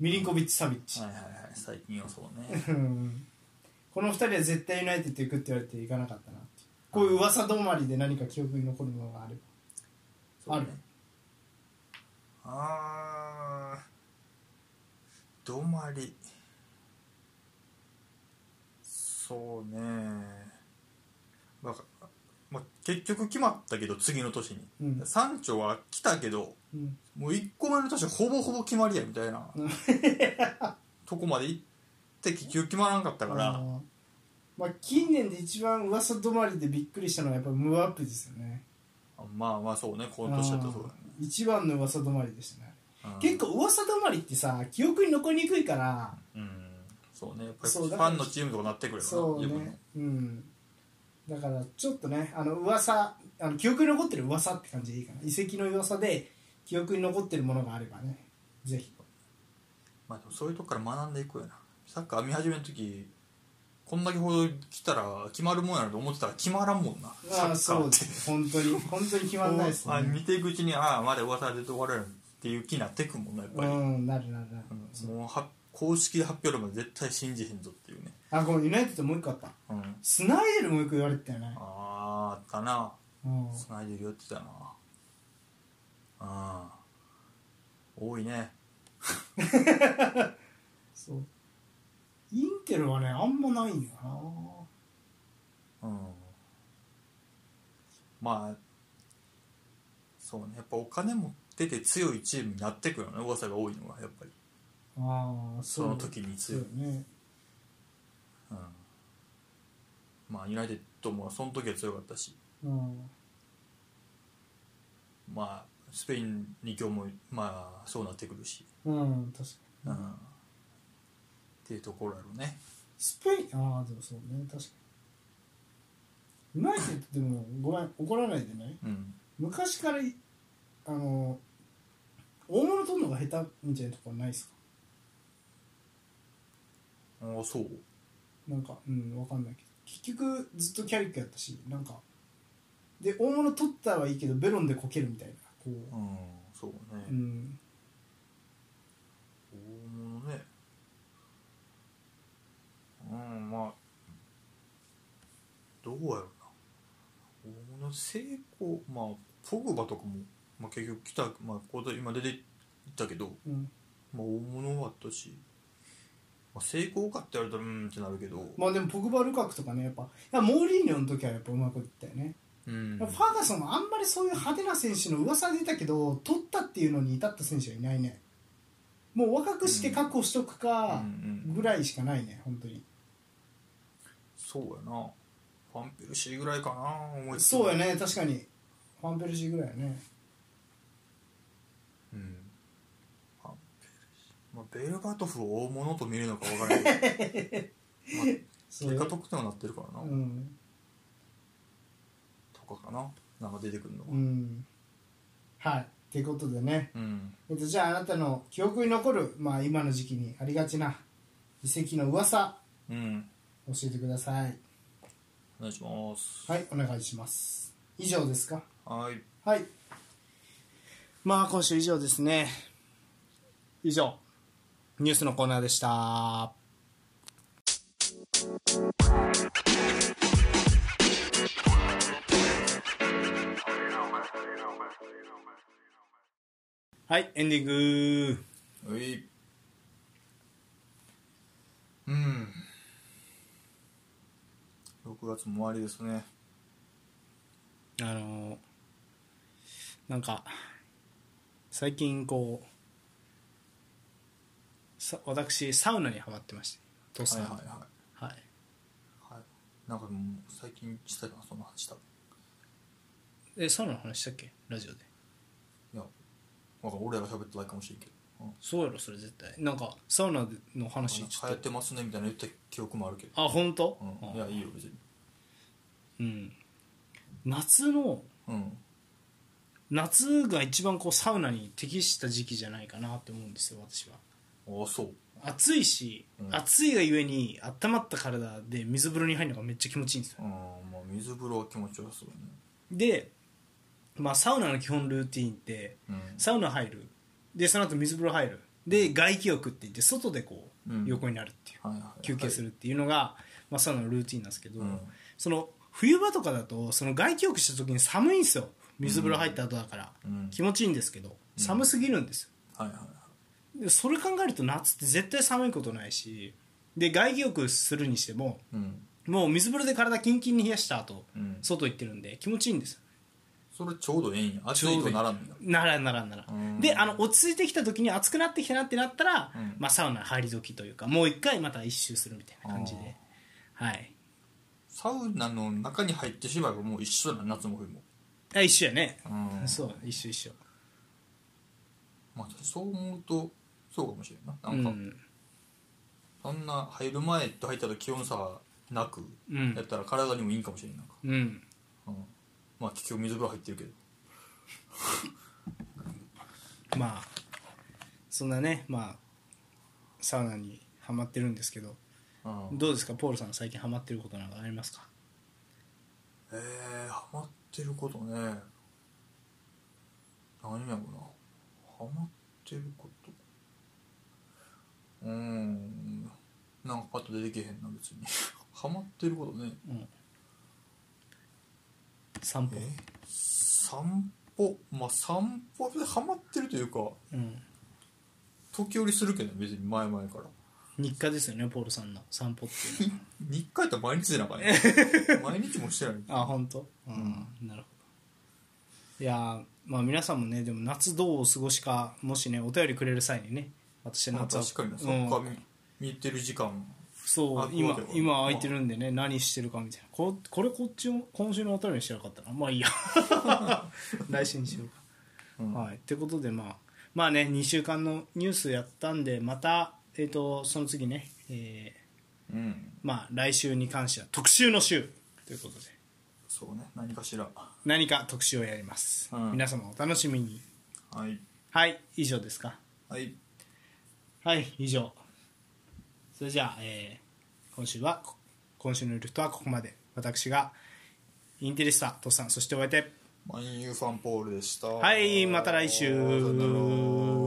S1: ミリンコビッチ・サビッチ
S2: ーはいはいはい最近はそうね
S1: うんこの2人は絶対ユナイテッド行くって言われて行かなかったなっていうこういう噂止まりで何か記憶に残るものがあれば
S2: そうね
S1: ある
S2: あー止まりそうねまあ、まあ、結局決まったけど次の年に、
S1: うん
S2: 三丁は来たけど
S1: うん
S2: もう1個前の年ほぼほぼ決まりやみたいな
S1: *laughs*
S2: とこまで行って結局決まらんかったから、
S1: あのまあ、近年で一番噂止まりでびっくりしたのはやっぱムーアップですよね
S2: まあまあそうねこの年だったらそうだね
S1: うん一番の噂止まりでしたね、
S2: うん
S1: 結構噂止まりってさ記憶に残りにくいから、
S2: うんそうねやっぱり
S1: そう
S2: フ
S1: だから
S2: ァンのチームとかなってくるよな
S1: そう
S2: 自分の
S1: ねうんだからちょっとねあの噂あの記憶に残ってる噂って感じでいいかな遺跡の噂で記憶に残ってるものがあればねぜひ
S2: まあでもそういうとこから学んでいくよなサッカー見始めの時こんだけ報道来たら決まるもんやなと思ってたら決まらんもんなサッ
S1: あ
S2: カ
S1: あそう
S2: ーっ
S1: で
S2: て
S1: す本当に本当に決まんないです
S2: あ
S1: ね
S2: 見ていくうちにああまだ噂出て終わるやんっていう気になってくもんなやっぱ
S1: う
S2: り、
S1: んなるなるなる、
S2: うんもうは公式で発表まで絶対信じへんぞっていうね、
S1: あごめんユナイテッドもう一個あった
S2: うん、
S1: スナイデルもよく言われてたよね
S2: あ、ああったな
S1: うん、
S2: つないでるよってたなああ多いね
S1: そうインテルはねあんまないんだよな
S2: うんまあそうねやっぱお金持ってて強いチームになってくるよね噂が多いのはやっぱり
S1: ああ
S2: その時に
S1: そう
S2: 強い
S1: よ、ね
S2: うん、まあユナイテッドもその時は強かったし
S1: うん
S2: まあスペイン2強もまあそうなってくるし、
S1: うん確かに
S2: うんっていうところやろうね
S1: スペインああでもそうね確かにユナイテッドでもごめん怒らないでね
S2: うん
S1: 昔からあの大物取るのが下手みたいなところないですか
S2: ああそう
S1: なんかうんわかんないけど結局ずっとキャリックやったしなんかで大物取ったはいいけどベロンでこけるみたいなこう
S2: うんそうね、
S1: うん
S2: 大物ねうんまあどうやろな大物成功まあポグバとかも、まあ、結局来た、まあ、今年今出てだけど、
S6: うん、
S2: まあ、大物はあったし、まあ、成功かって言われたらうーんってなるけど、
S6: まあでもポグバルカクとかねやっぱいやモーリーニョの時はやっぱうまくいったよね、
S2: うん
S6: ファーガソンもあんまりそういう派手な選手の噂出たけど取ったっていうのに至った選手はいないねもう若くして確保しとくか
S2: うんうん
S6: ぐらいしかないね本当に
S2: そうやなファンペルシーぐらいかな思いつき
S6: そうやね確かにファンペルシーぐらいやね
S2: うんファンペルシーまあ、ベルバトフを大物と見るのか分からないけど、まあ、
S6: そう
S2: 結果得点はなってるからな、
S6: うん、
S2: とかかななんか出てくるのは
S6: うん、はいということでね、
S2: うん
S6: えっと、じゃああなたの記憶に残る、まあ、今の時期にありがちな遺跡の噂
S2: うん
S6: 教えてください
S2: お願いします
S6: はいお願いします以上ですか
S2: はい
S6: はいまあ今週以上ですね
S1: 以上ニュースのコーナーでしたはいエンディング
S2: ういうん6月も終わりですね
S1: あのーなんか最近こうさ私サウナにはまってまして父
S2: は
S1: さ
S2: い
S1: ん
S2: はいはい
S1: はい
S2: はいなんかもう最近したよなその話多分
S1: えサウナの話したっけラジオで
S2: いやなんか俺らが喋ってないかもしれんけど、うん、
S1: そうやろそれ絶対なんかサウナの話ち
S2: 流
S1: ょっ
S2: 行っ
S1: と
S2: てますねみたいな言った記憶もあるけど、
S1: あ本当
S2: うん、いやいいよ別に
S1: うん夏の
S2: うん
S1: 夏が一番こうサウナに適した時期じゃないかなって思うんですよ私は
S2: ああそう
S1: 暑いし、
S2: うん
S1: 暑いがゆえに温まった体で水風呂に入るのがめっちゃ気持ちいいんですよ
S2: うんまあ水風呂は気持ちよさそう
S1: で、まあ、サウナの基本ルーティンって
S2: だね
S1: サウナ入るでその後水風呂入るで外気浴って言って外でこう
S2: うん
S1: 横になるっていう、
S2: うんはいはいはい
S1: 休憩するっていうのが、まあ、サウナのルーティンなんですけど、
S2: うん
S1: その冬場とかだとその外気浴した時に寒いんですよ水風呂入った後だから、
S2: うん
S1: 気持ちいいんですけど寒すぎるんですよ、
S2: はいはいはい
S1: でそれ考えると夏って絶対寒いことないしで外気浴するにしても
S2: うん
S1: もう水風呂で体キンキンに冷やした後、
S2: うん
S1: 外行ってるんで気持ちいいんですよ
S2: それちょうどええんや暑いとならんのや
S1: ならんならんなら
S2: うん
S1: であの落ち着いてきた時に暑くなってきたなってなったら、
S2: うん
S1: まあ、サウナ入り時というかもう一回また一周するみたいな感じではい
S2: サウナの中に入ってしまえばもう一緒だな夏も冬も
S1: あ一緒やね、
S2: うん
S1: そう一緒一緒
S2: まあそう思うとそうかもしれんな
S1: う
S2: なんか、
S1: ん
S2: そんな入る前と入ったら気温差がなく
S1: うん
S2: やったら体にもいいんかもしれんなんか、
S1: うん
S2: うん、まあ結局水風呂入ってるけど
S1: まあそんなねまあサウナにはまってるんですけど
S2: うん
S1: どうですかポールさん最近ハマってることなんかありますか
S2: えー、ハマってることね何やろなハマってることうーんなんかパッと出てけへんな別に *laughs* ハマってることね
S1: 散歩
S2: え散歩まあ散歩でハマってるというか
S1: うん
S2: 時折するけど別に前々から
S1: 日課ですよねポールさんの散歩っていうのは
S2: 日課やったら毎日でなあかんや
S1: *laughs*
S2: ん毎日もしてない
S1: あ本当うん、なるほどいやーまあ皆さんもねでも夏どうお過ごしかもしねお便りくれる際にね私は
S2: まあ
S1: 夏は、
S2: 確かになそ
S1: うん
S2: っか見見てる時間
S1: そう
S2: あ
S1: 今
S2: そうだよ
S1: 今空いてるんでね何してるかみたいなここれこっちを今週のお便りにしてなかったなまあいいや
S2: *laughs*
S1: 来週にしようか、
S2: うん
S1: はいってことでまあまあね2週間のニュースやったんでまたえっ、とその次ね、えー
S2: うん
S1: まあ来週に関しては特集の週ということで
S2: そうね何かしら
S1: 何か特集をやります、
S2: うん
S1: 皆様お楽しみに
S2: はい
S1: はい以上ですか
S2: はい
S1: はい以上それじゃあ、えー今週はこ今週のルフトはここまで私がインテリスタとっさんそしてお相手
S2: マンユーファンポールでした
S1: はいまた来週
S2: さよなら